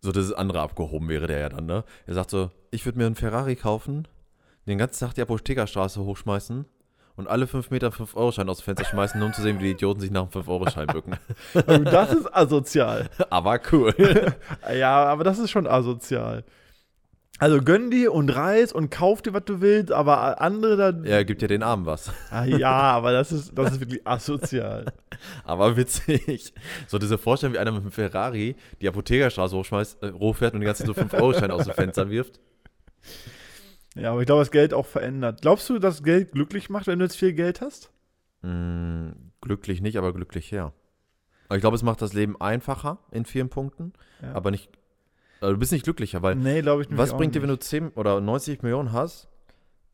Speaker 3: so dass es andere abgehoben wäre, der ja dann, ne? Er sagt so, ich würde mir einen Ferrari kaufen, den ganzen Tag die Apothekerstraße hochschmeißen und alle fünf Meter 5-Euro-Schein aus dem Fenster schmeißen, nur um zu sehen, wie die Idioten sich nach einem 5-Euro-Schein bücken.
Speaker 1: Also, das ist asozial.
Speaker 3: Aber cool.
Speaker 1: Ja, aber das ist schon asozial. Also gönn dir und reiß und kauf dir, was du willst, aber andere dann.
Speaker 3: Er gibt ja den Armen was.
Speaker 1: Ah, ja, aber das ist, das ist wirklich asozial.
Speaker 3: Aber witzig. So diese Vorstellung, wie einer mit einem Ferrari die Apothekerstraße hochschmeißt, äh, hochfährt und den ganzen so 5-Euro-Schein aus dem Fenster wirft.
Speaker 1: Ja, aber ich glaube, das Geld auch verändert. Glaubst du, dass Geld glücklich macht, wenn du jetzt viel Geld hast?
Speaker 3: Mm, glücklich nicht, aber glücklich her. Aber ich glaube, es macht das Leben einfacher in vielen Punkten,
Speaker 1: Ja.
Speaker 3: aber nicht. Also du bist nicht glücklicher, weil
Speaker 1: Nee, glaube ich nämlich
Speaker 3: was
Speaker 1: auch
Speaker 3: bringt dir,
Speaker 1: nicht.
Speaker 3: wenn du 10 oder 90 Millionen hast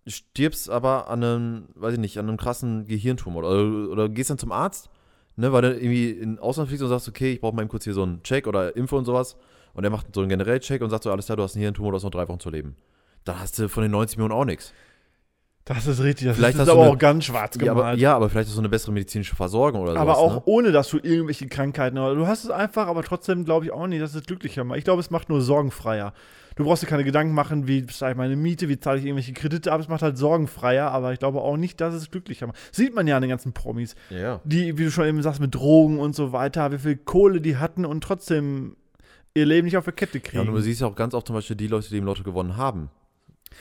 Speaker 3: stirbst aber an einem, weiß ich nicht, an einem krassen Gehirntumor oder, oder gehst dann zum Arzt, ne, weil du irgendwie in Ausland fliegst und sagst, okay, ich brauche mal eben kurz hier so einen Check oder Info und sowas. Und er macht so einen generellen Check und sagt so, alles klar, du hast einen Hirntumor, du hast noch drei Wochen zu leben. Da hast du von den 90 Millionen auch nichts.
Speaker 1: Das ist richtig. Das
Speaker 3: Vielleicht
Speaker 1: ist
Speaker 3: hast du
Speaker 1: aber
Speaker 3: eine-
Speaker 1: auch ganz schwarz
Speaker 3: Ja
Speaker 1: gemalt.
Speaker 3: aber, ja, aber vielleicht ist so eine bessere medizinische Versorgung oder
Speaker 1: Aber
Speaker 3: sowas.
Speaker 1: auch
Speaker 3: ne?
Speaker 1: ohne, dass du irgendwelche Krankheiten hast. Du hast es einfach, aber trotzdem glaube ich auch nicht, dass es glücklicher macht. Ich glaube, es macht nur sorgenfreier. Du brauchst dir keine Gedanken machen, wie zahle ich meine Miete, wie zahle ich irgendwelche Kredite ab. Es macht halt sorgenfreier, aber ich glaube auch nicht, dass es glücklicher macht. Sieht man ja an den ganzen Promis,
Speaker 3: Ja, ne? ja.
Speaker 1: die, wie du schon eben sagst, mit Drogen und so weiter, wie viel Kohle die hatten und trotzdem ihr Leben nicht auf der Kette
Speaker 3: Ja,
Speaker 1: kriegen.
Speaker 3: und du siehst ja auch ganz oft zum Beispiel die Leute, die im Lotto gewonnen haben.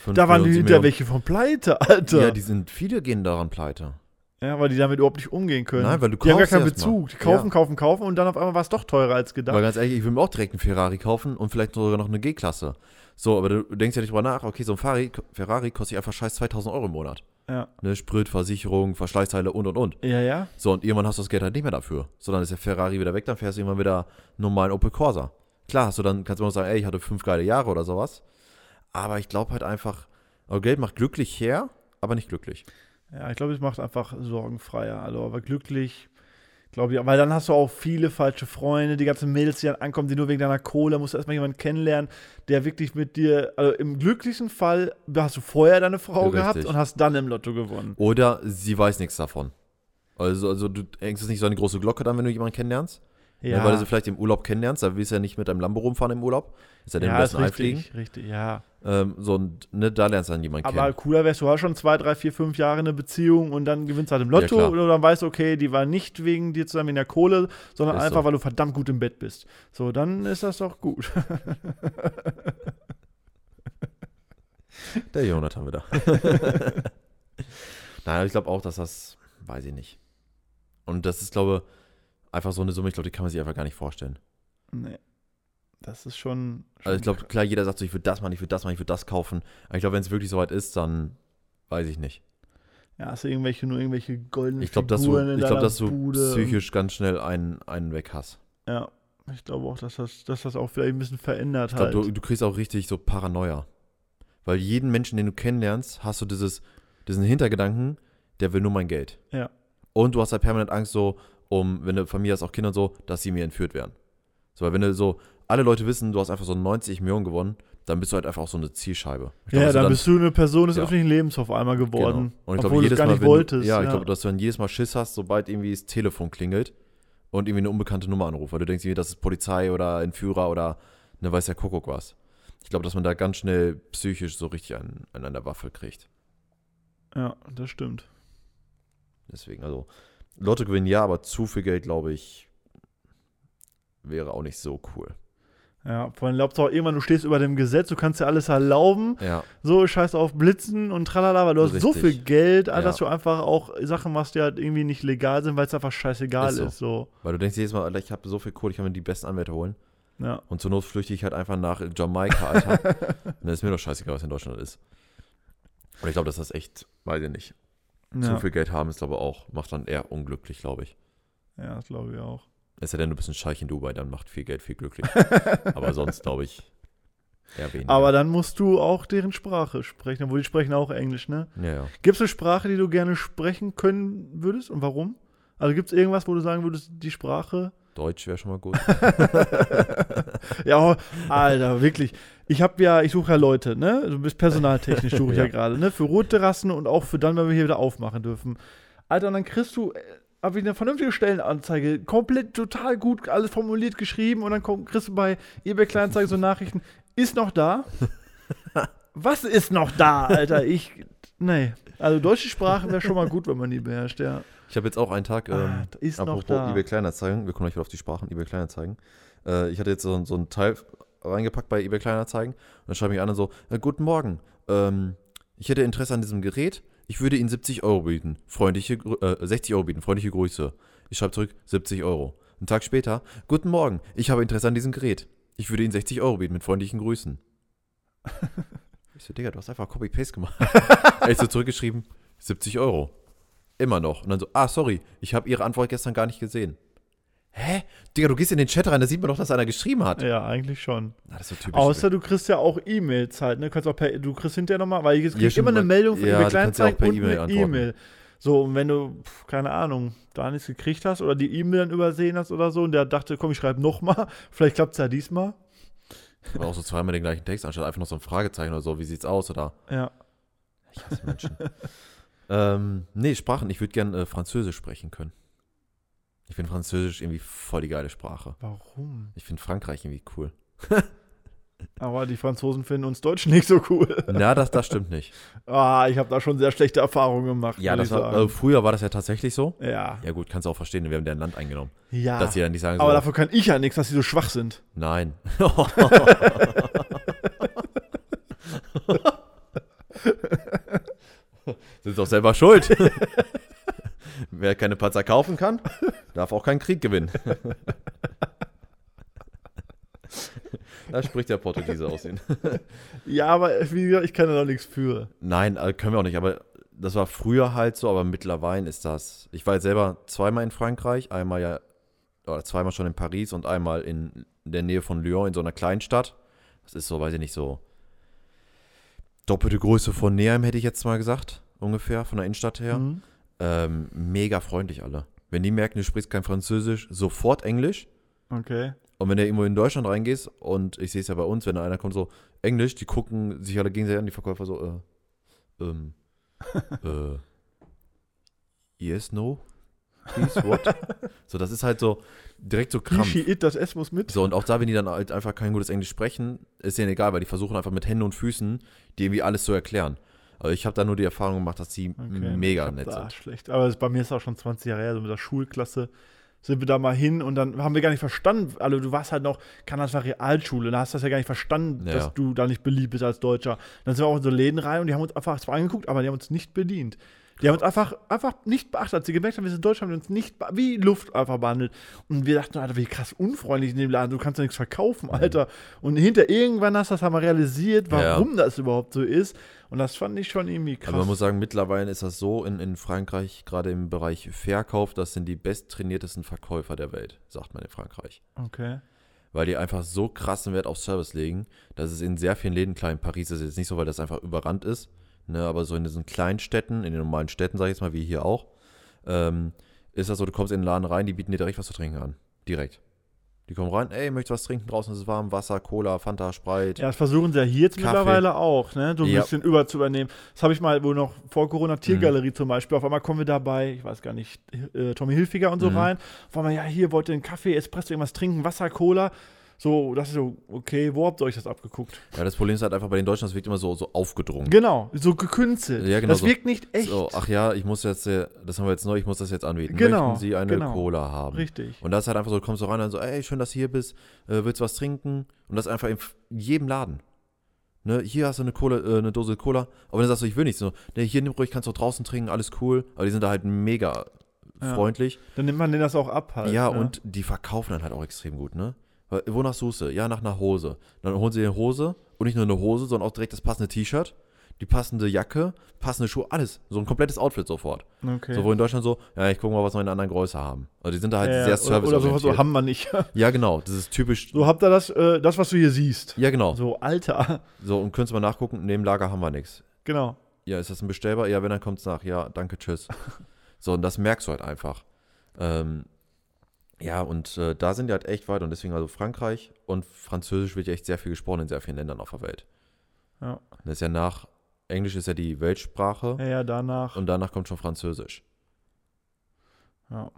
Speaker 3: Fünf
Speaker 1: da waren die
Speaker 3: Millionen, sieben
Speaker 1: hinter
Speaker 3: Millionen.
Speaker 1: welche von Pleite, Alter.
Speaker 3: um Ja, die sind, viele gehen daran pleite.
Speaker 1: Ja, weil die damit überhaupt nicht umgehen können.
Speaker 3: Nein, weil du
Speaker 1: die haben gar
Speaker 3: kaufst
Speaker 1: keinen
Speaker 3: erst mal.
Speaker 1: Bezug. Die kaufen,
Speaker 3: Ja.
Speaker 1: kaufen, kaufen und dann auf einmal war es doch teurer als gedacht.
Speaker 3: Weil ganz ehrlich, ich will mir auch direkt einen Ferrari kaufen und vielleicht sogar noch eine G-Klasse. So, aber du denkst ja nicht drüber nach, okay, so ein Ferrari, Ferrari kostet einfach scheiß 2000 Euro im Monat.
Speaker 1: ja.
Speaker 3: Ne, Sprit, Versicherung, Verschleißteile und und und.
Speaker 1: ja, ja.
Speaker 3: So, und irgendwann hast du das Geld halt nicht mehr dafür. So, dann ist der Ferrari wieder weg, dann fährst du irgendwann wieder einen normalen Opel Corsa. Klar, hast du dann, kannst du immer noch sagen, ey, ich hatte fünf geile Jahre oder sowas. Aber ich glaube halt einfach, oh, Geld macht glücklich her, aber nicht glücklich.
Speaker 1: Ja, ich glaube, es macht einfach sorgenfreier. Also, aber glücklich, glaube ich. Weil dann hast du auch viele falsche Freunde, die ganzen Mädels, die dann ankommen, die nur wegen deiner Kohle, musst du erstmal jemanden kennenlernen, der wirklich mit dir, also im glücklichsten Fall hast du vorher deine Frau
Speaker 3: Richtig.
Speaker 1: gehabt und hast dann im Lotto gewonnen.
Speaker 3: Oder sie weiß nichts davon. Also, also du hängst es nicht so eine große Glocke dann, wenn du jemanden kennenlernst. Ne, weil du sie vielleicht im Urlaub kennenlernst, da willst du ja nicht mit deinem Lambo rumfahren im Urlaub. Ist ja den
Speaker 1: ja ist
Speaker 3: besten einfliegen.
Speaker 1: richtig, richtig, ja.
Speaker 3: Ähm, so, und, ne, da lernst du dann jemanden
Speaker 1: Aber
Speaker 3: kennen.
Speaker 1: cooler wärst du hast schon zwei, drei, vier, fünf Jahre eine Beziehung und dann gewinnst du halt im Lotto
Speaker 3: klar.
Speaker 1: oder dann weißt du, okay, die war nicht wegen dir zusammen in der Kohle, sondern
Speaker 3: Ist
Speaker 1: einfach,
Speaker 3: so.
Speaker 1: weil du verdammt gut im Bett bist. So, dann ist das doch gut.
Speaker 3: Der Jonathan wieder. Nein, aber ich glaube auch, dass das, weiß ich nicht. Und das ist, glaube einfach so eine Summe, ich glaube, die kann man sich einfach gar nicht vorstellen.
Speaker 1: nee. Das ist schon. schon
Speaker 3: Also ich glaube, klar, jeder sagt so, ich würde das machen, ich würde das machen, ich würde das kaufen. Aber ich glaube, wenn es wirklich soweit ist, dann weiß ich nicht.
Speaker 1: Ja, hast du irgendwelche, nur irgendwelche goldenen
Speaker 3: Ich glaube, dass du,
Speaker 1: Figuren in
Speaker 3: ich glaub,
Speaker 1: deiner
Speaker 3: dass du
Speaker 1: Bude.
Speaker 3: psychisch ganz schnell einen, einen weg hast.
Speaker 1: Ja, ich glaube auch, dass das, dass das auch vielleicht ein bisschen verändert halt.
Speaker 3: Ich
Speaker 1: hat.
Speaker 3: glaube, du, du kriegst auch richtig so Paranoia. Weil jeden Menschen, den du kennenlernst, hast du dieses, diesen Hintergedanken, der will nur mein Geld.
Speaker 1: Ja.
Speaker 3: Und du hast halt permanent Angst, so, um, wenn du Familie hast, auch Kinder und so, dass sie mir entführt werden. So, weil wenn du so, alle Leute wissen, du hast einfach so 90 Millionen gewonnen, dann bist du halt einfach auch so eine Zielscheibe. Ich glaub, also
Speaker 1: ja,
Speaker 3: dass du
Speaker 1: dann bist du eine Person des
Speaker 3: Ja.
Speaker 1: öffentlichen Lebens auf einmal geworden.
Speaker 3: Genau. Und ich glaube,
Speaker 1: obwohl du
Speaker 3: jedes
Speaker 1: es gar
Speaker 3: Mal,
Speaker 1: nicht
Speaker 3: wenn,
Speaker 1: wolltest.
Speaker 3: Ja, ich glaube, dass du dann jedes Mal Schiss hast, sobald irgendwie das Telefon klingelt und irgendwie eine unbekannte Nummer anruft, weil du denkst, irgendwie, das ist Polizei oder Entführer oder ne weiß der Kuckuck was. Ich glaube, dass man da ganz schnell psychisch so richtig an, an einer Waffe kriegt.
Speaker 1: ja, das stimmt.
Speaker 3: Deswegen, also Lotto gewinnen ja, aber zu viel Geld, glaube ich, wäre auch nicht so cool.
Speaker 1: Ja, vor allem glaubst du auch irgendwann, du stehst über dem Gesetz, du kannst dir alles erlauben.
Speaker 3: Ja,
Speaker 1: So, scheiß auf Blitzen und tralala, weil du hast so
Speaker 3: Richtig.
Speaker 1: viel Geld,
Speaker 3: Ja.
Speaker 1: dass du einfach auch Sachen machst, die halt irgendwie nicht legal sind, weil es einfach scheißegal ist.
Speaker 3: Ist
Speaker 1: So.
Speaker 3: so. weil du denkst jedes Mal, Alter, ich habe so viel Kohle, ich kann mir die besten Anwälte holen.
Speaker 1: Ja.
Speaker 3: Und zur Not flüchte ich halt einfach nach Jamaika, Alter. Und dann ist mir doch scheißegal, was in Deutschland ist. Und ich glaube, dass das echt, weiß ich nicht.
Speaker 1: Ja,
Speaker 3: Zu viel Geld haben ist, glaube ich, auch, macht dann eher unglücklich, glaube ich.
Speaker 1: ja das glaube ich auch.
Speaker 3: Es sei denn, du bist ein Scheich in Dubai, dann macht viel Geld viel glücklich. Aber sonst, glaube ich, eher weniger.
Speaker 1: Aber dann musst du auch deren Sprache sprechen, obwohl die sprechen auch Englisch, ne?
Speaker 3: ja, ja.
Speaker 1: Gibt es eine Sprache, die du gerne sprechen können würdest und warum? Also gibt es irgendwas, wo du sagen würdest, die Sprache?
Speaker 3: Deutsch wäre schon mal gut.
Speaker 1: Ja, Alter, wirklich. Ich habe ja, ich suche ja Leute, ne? Du bist personaltechnisch, suche ich ja,
Speaker 3: Ja.
Speaker 1: gerade, ne? Für Rotterrassen und auch für dann, wenn wir hier wieder aufmachen dürfen. Alter, und dann kriegst du, habe ich eine vernünftige Stellenanzeige, komplett total gut, alles formuliert, geschrieben und dann komm, kriegst du bei eBay Kleinanzeigen so Nachrichten, ist noch da? Was ist noch da, Alter? Ich, nee. Also deutsche Sprache wäre schon mal gut, wenn man die beherrscht, ja.
Speaker 3: Ich habe jetzt auch einen Tag, ähm,
Speaker 1: Ah, da ist noch
Speaker 3: apropos
Speaker 1: da.
Speaker 3: eBay Kleinanzeigen, wir kommen gleich wieder auf die Sprachen, eBay Kleinanzeigen. Äh, ich hatte jetzt so, so einen Teil reingepackt bei eBay Kleinanzeigen und dann schreibe ich an und so, äh, guten Morgen, ähm, ich hätte Interesse an diesem Gerät, ich würde Ihnen 70 Euro bieten, freundliche, Grü- äh, 60 Euro bieten, freundliche Grüße. Ich schreibe zurück, 70 Euro. Einen Tag später, guten Morgen, ich habe Interesse an diesem Gerät, ich würde Ihnen 60 Euro bieten, mit freundlichen Grüßen. ich so, Digga, du hast einfach Copy-Paste gemacht. ich so zurückgeschrieben, 70 Euro. Immer noch. Und dann so, ah, sorry, ich habe Ihre Antwort gestern gar nicht gesehen. Hä? Digga, du gehst in den Chat rein, da sieht man doch, dass einer geschrieben hat.
Speaker 1: Ja, eigentlich schon.
Speaker 3: Na, das ist so typisch.
Speaker 1: Außer du kriegst ja auch E-Mails halt, ne? Kannst auch per, du kriegst hinterher nochmal, weil ich
Speaker 3: Ja,
Speaker 1: kriegst
Speaker 3: stimmt,
Speaker 1: immer eine
Speaker 3: weil-
Speaker 1: Meldung von
Speaker 3: ja,
Speaker 1: eBay
Speaker 3: du kannst ja auch
Speaker 1: Kleinanzeigen
Speaker 3: per
Speaker 1: und
Speaker 3: E-Mail
Speaker 1: eine
Speaker 3: antworten.
Speaker 1: E-Mail. So, und wenn du, pf, keine Ahnung, da nichts gekriegt hast oder die E-Mail dann übersehen hast oder so und der dachte, komm, ich schreibe nochmal, vielleicht klappt es ja diesmal.
Speaker 3: Aber auch so zweimal den gleichen Text, anstatt einfach noch so ein Fragezeichen oder so, wie sieht's aus oder
Speaker 1: Ja.
Speaker 3: ich hasse Menschen. ähm, nee, Sprachen, ich würde gern äh, Französisch sprechen können. Ich finde Französisch irgendwie voll die geile Sprache.
Speaker 1: Warum?
Speaker 3: Ich finde Frankreich irgendwie cool.
Speaker 1: Aber die Franzosen finden uns Deutschen nicht so cool.
Speaker 3: Na, das, das stimmt nicht.
Speaker 1: Ah, ich habe da schon sehr schlechte Erfahrungen gemacht.
Speaker 3: Ja,
Speaker 1: würd
Speaker 3: das
Speaker 1: ich
Speaker 3: war, äh,
Speaker 1: sagen.
Speaker 3: früher war das ja tatsächlich so.
Speaker 1: ja.
Speaker 3: Ja gut, kannst du auch verstehen, wir haben deren Land eingenommen.
Speaker 1: Ja.
Speaker 3: Dass sie dann nicht sagen so,
Speaker 1: aber dafür kann ich ja nichts, dass sie so schwach sind.
Speaker 3: nein. Sind doch selber schuld. Wer keine Panzer kaufen kann, darf auch keinen Krieg gewinnen. da spricht der Portugiese aus ihnen.
Speaker 1: Ja, aber wie gesagt, ich kann da noch nichts für.
Speaker 3: Nein, äh, können wir auch nicht, aber das war früher halt so, aber mittlerweile ist das. Ich war jetzt selber zweimal in Frankreich, einmal ja, oder zweimal schon in Paris und einmal in der Nähe von Lyon in so einer Kleinstadt. Das ist so, weiß ich nicht, so doppelte Größe von Neheim, hätte ich jetzt mal gesagt, ungefähr, von der Innenstadt her.
Speaker 1: Mhm.
Speaker 3: Ähm, mega freundlich alle. Wenn die merken, du sprichst kein Französisch, sofort Englisch.
Speaker 1: Okay.
Speaker 3: Und wenn du irgendwo in Deutschland reingehst, und ich sehe es ja bei uns, wenn da einer kommt, so Englisch, die gucken sich alle gegenseitig an, die Verkäufer so, äh, ähm, äh, yes, no, please, what? so, das ist halt so direkt so krampf.
Speaker 1: Kishi, it, das S muss mit.
Speaker 3: So, und auch da, wenn die dann halt einfach kein gutes Englisch sprechen, ist denen egal, weil die versuchen einfach mit Händen und Füßen, die irgendwie alles zu erklären. Also ich habe da nur die Erfahrung gemacht, dass die
Speaker 1: Okay, ich
Speaker 3: mega
Speaker 1: hab
Speaker 3: nett
Speaker 1: da
Speaker 3: sind.
Speaker 1: schlecht. Aber das, bei mir ist das auch schon 20 Jahre her, so mit der Schulklasse sind wir da mal hin und dann haben wir gar nicht verstanden, also du warst halt noch, kann das war Realschule, da hast du das ja gar nicht verstanden,
Speaker 3: Ja.
Speaker 1: dass du da nicht beliebt bist als Deutscher. Dann sind wir auch in so Läden rein und die haben uns einfach zwar angeguckt, aber die haben uns nicht bedient. Die haben uns einfach, einfach nicht beachtet. Als sie gemerkt haben, wir sind Deutsche, haben die uns nicht be- wie Luft einfach behandelt. Und wir dachten, Alter, wie krass unfreundlich in dem Laden, du kannst ja nichts verkaufen, Alter. Und hinter irgendwann hast du das haben wir realisiert,
Speaker 3: Mhm. Ja.
Speaker 1: warum das überhaupt so ist. Und das fand ich schon irgendwie krass.
Speaker 3: Aber man muss sagen, mittlerweile ist das so in, in Frankreich, gerade im Bereich Verkauf, das sind die besttrainiertesten Verkäufer der Welt, sagt man in Frankreich.
Speaker 1: okay.
Speaker 3: weil die einfach so krassen Wert auf Service legen, dass es in sehr vielen Läden, klar, in Paris ist es jetzt nicht so, weil das einfach überrannt ist, ne, aber so in diesen kleinen Städten, in den normalen Städten, sag ich jetzt mal, wie hier auch, ähm, ist das so, du kommst in den Laden rein, die bieten dir direkt was zu trinken an. Direkt. Die kommen rein, ey, möchtest du was trinken? Draußen ist es warm, Wasser, Cola, Fanta, Sprite.
Speaker 1: Ja, das versuchen sie ja hier jetzt
Speaker 3: Kaffee.
Speaker 1: mittlerweile auch, ne? So ein
Speaker 3: Ja. Mhm.
Speaker 1: bisschen über zu übernehmen. Das habe ich mal wohl noch vor Corona Tiergalerie zum Beispiel. Auf einmal kommen wir dabei, ich weiß gar nicht, äh, Tommy Hilfiger und so
Speaker 3: Mhm.
Speaker 1: rein. Auf einmal, ja, hier wollt ihr einen Kaffee, Espresso, irgendwas trinken, Wasser, Cola. So, das ist so, okay, wo habt ihr euch das abgeguckt?
Speaker 3: Ja, das Problem ist halt einfach bei den Deutschen, das wirkt immer so, so aufgedrungen.
Speaker 1: Genau, so gekünstelt.
Speaker 3: Ja, genau
Speaker 1: das
Speaker 3: so.
Speaker 1: wirkt nicht echt.
Speaker 3: So, ach ja, ich muss jetzt, äh, das haben wir jetzt neu, ich muss das jetzt anbieten.
Speaker 1: Genau,
Speaker 3: Möchten Sie eine
Speaker 1: genau.
Speaker 3: Cola haben?
Speaker 1: Richtig.
Speaker 3: Und das ist halt einfach so, du kommst so rein und so, ey, schön, dass du hier bist, äh, willst du was trinken? Und das einfach in f- jedem Laden. Ne, hier hast du eine, Cola, äh, eine Dose Cola, aber dann sagst du, ich will nichts. So, ne, hier nimm ruhig, kannst du auch draußen trinken, alles cool. Aber die sind da halt mega
Speaker 1: Ja.
Speaker 3: freundlich.
Speaker 1: Dann nimmt man denen das auch ab halt.
Speaker 3: ja,
Speaker 1: ne?
Speaker 3: und die verkaufen dann halt auch extrem gut, ne? Weil, Wonach suchst du? Ja, nach einer Hose. Dann holen sie dir eine Hose und nicht nur eine Hose, sondern auch direkt das passende T-Shirt, die passende Jacke, passende Schuhe, alles. So ein komplettes Outfit sofort.
Speaker 1: Okay.
Speaker 3: So, wo in Deutschland so, ja, ich gucke mal, was wir in einer anderen Größe haben. Also die sind da halt
Speaker 1: ja,
Speaker 3: sehr
Speaker 1: oder, oder sowas, so
Speaker 3: serviceorientiert.
Speaker 1: haben wir nicht.
Speaker 3: Ja, genau. Das ist typisch.
Speaker 1: So habt ihr das, äh, das, was du hier siehst.
Speaker 3: ja, genau. So.
Speaker 1: So, Alter.
Speaker 3: und könntest du mal nachgucken, in dem Lager haben wir nichts.
Speaker 1: Genau.
Speaker 3: Ja, ist das ein Bestellbar? Ja, wenn, dann kommt's nach. Ja, danke, tschüss. so, und das merkst du halt einfach. Ähm, ja, und äh, da sind die halt echt weit und deswegen also Frankreich und Französisch wird ja echt sehr viel gesprochen in sehr vielen Ländern auf der Welt.
Speaker 1: Ja.
Speaker 3: Das ist ja nach, Englisch ist ja die Weltsprache
Speaker 1: Ja, ja danach.
Speaker 3: und danach kommt schon Französisch.
Speaker 1: Ja.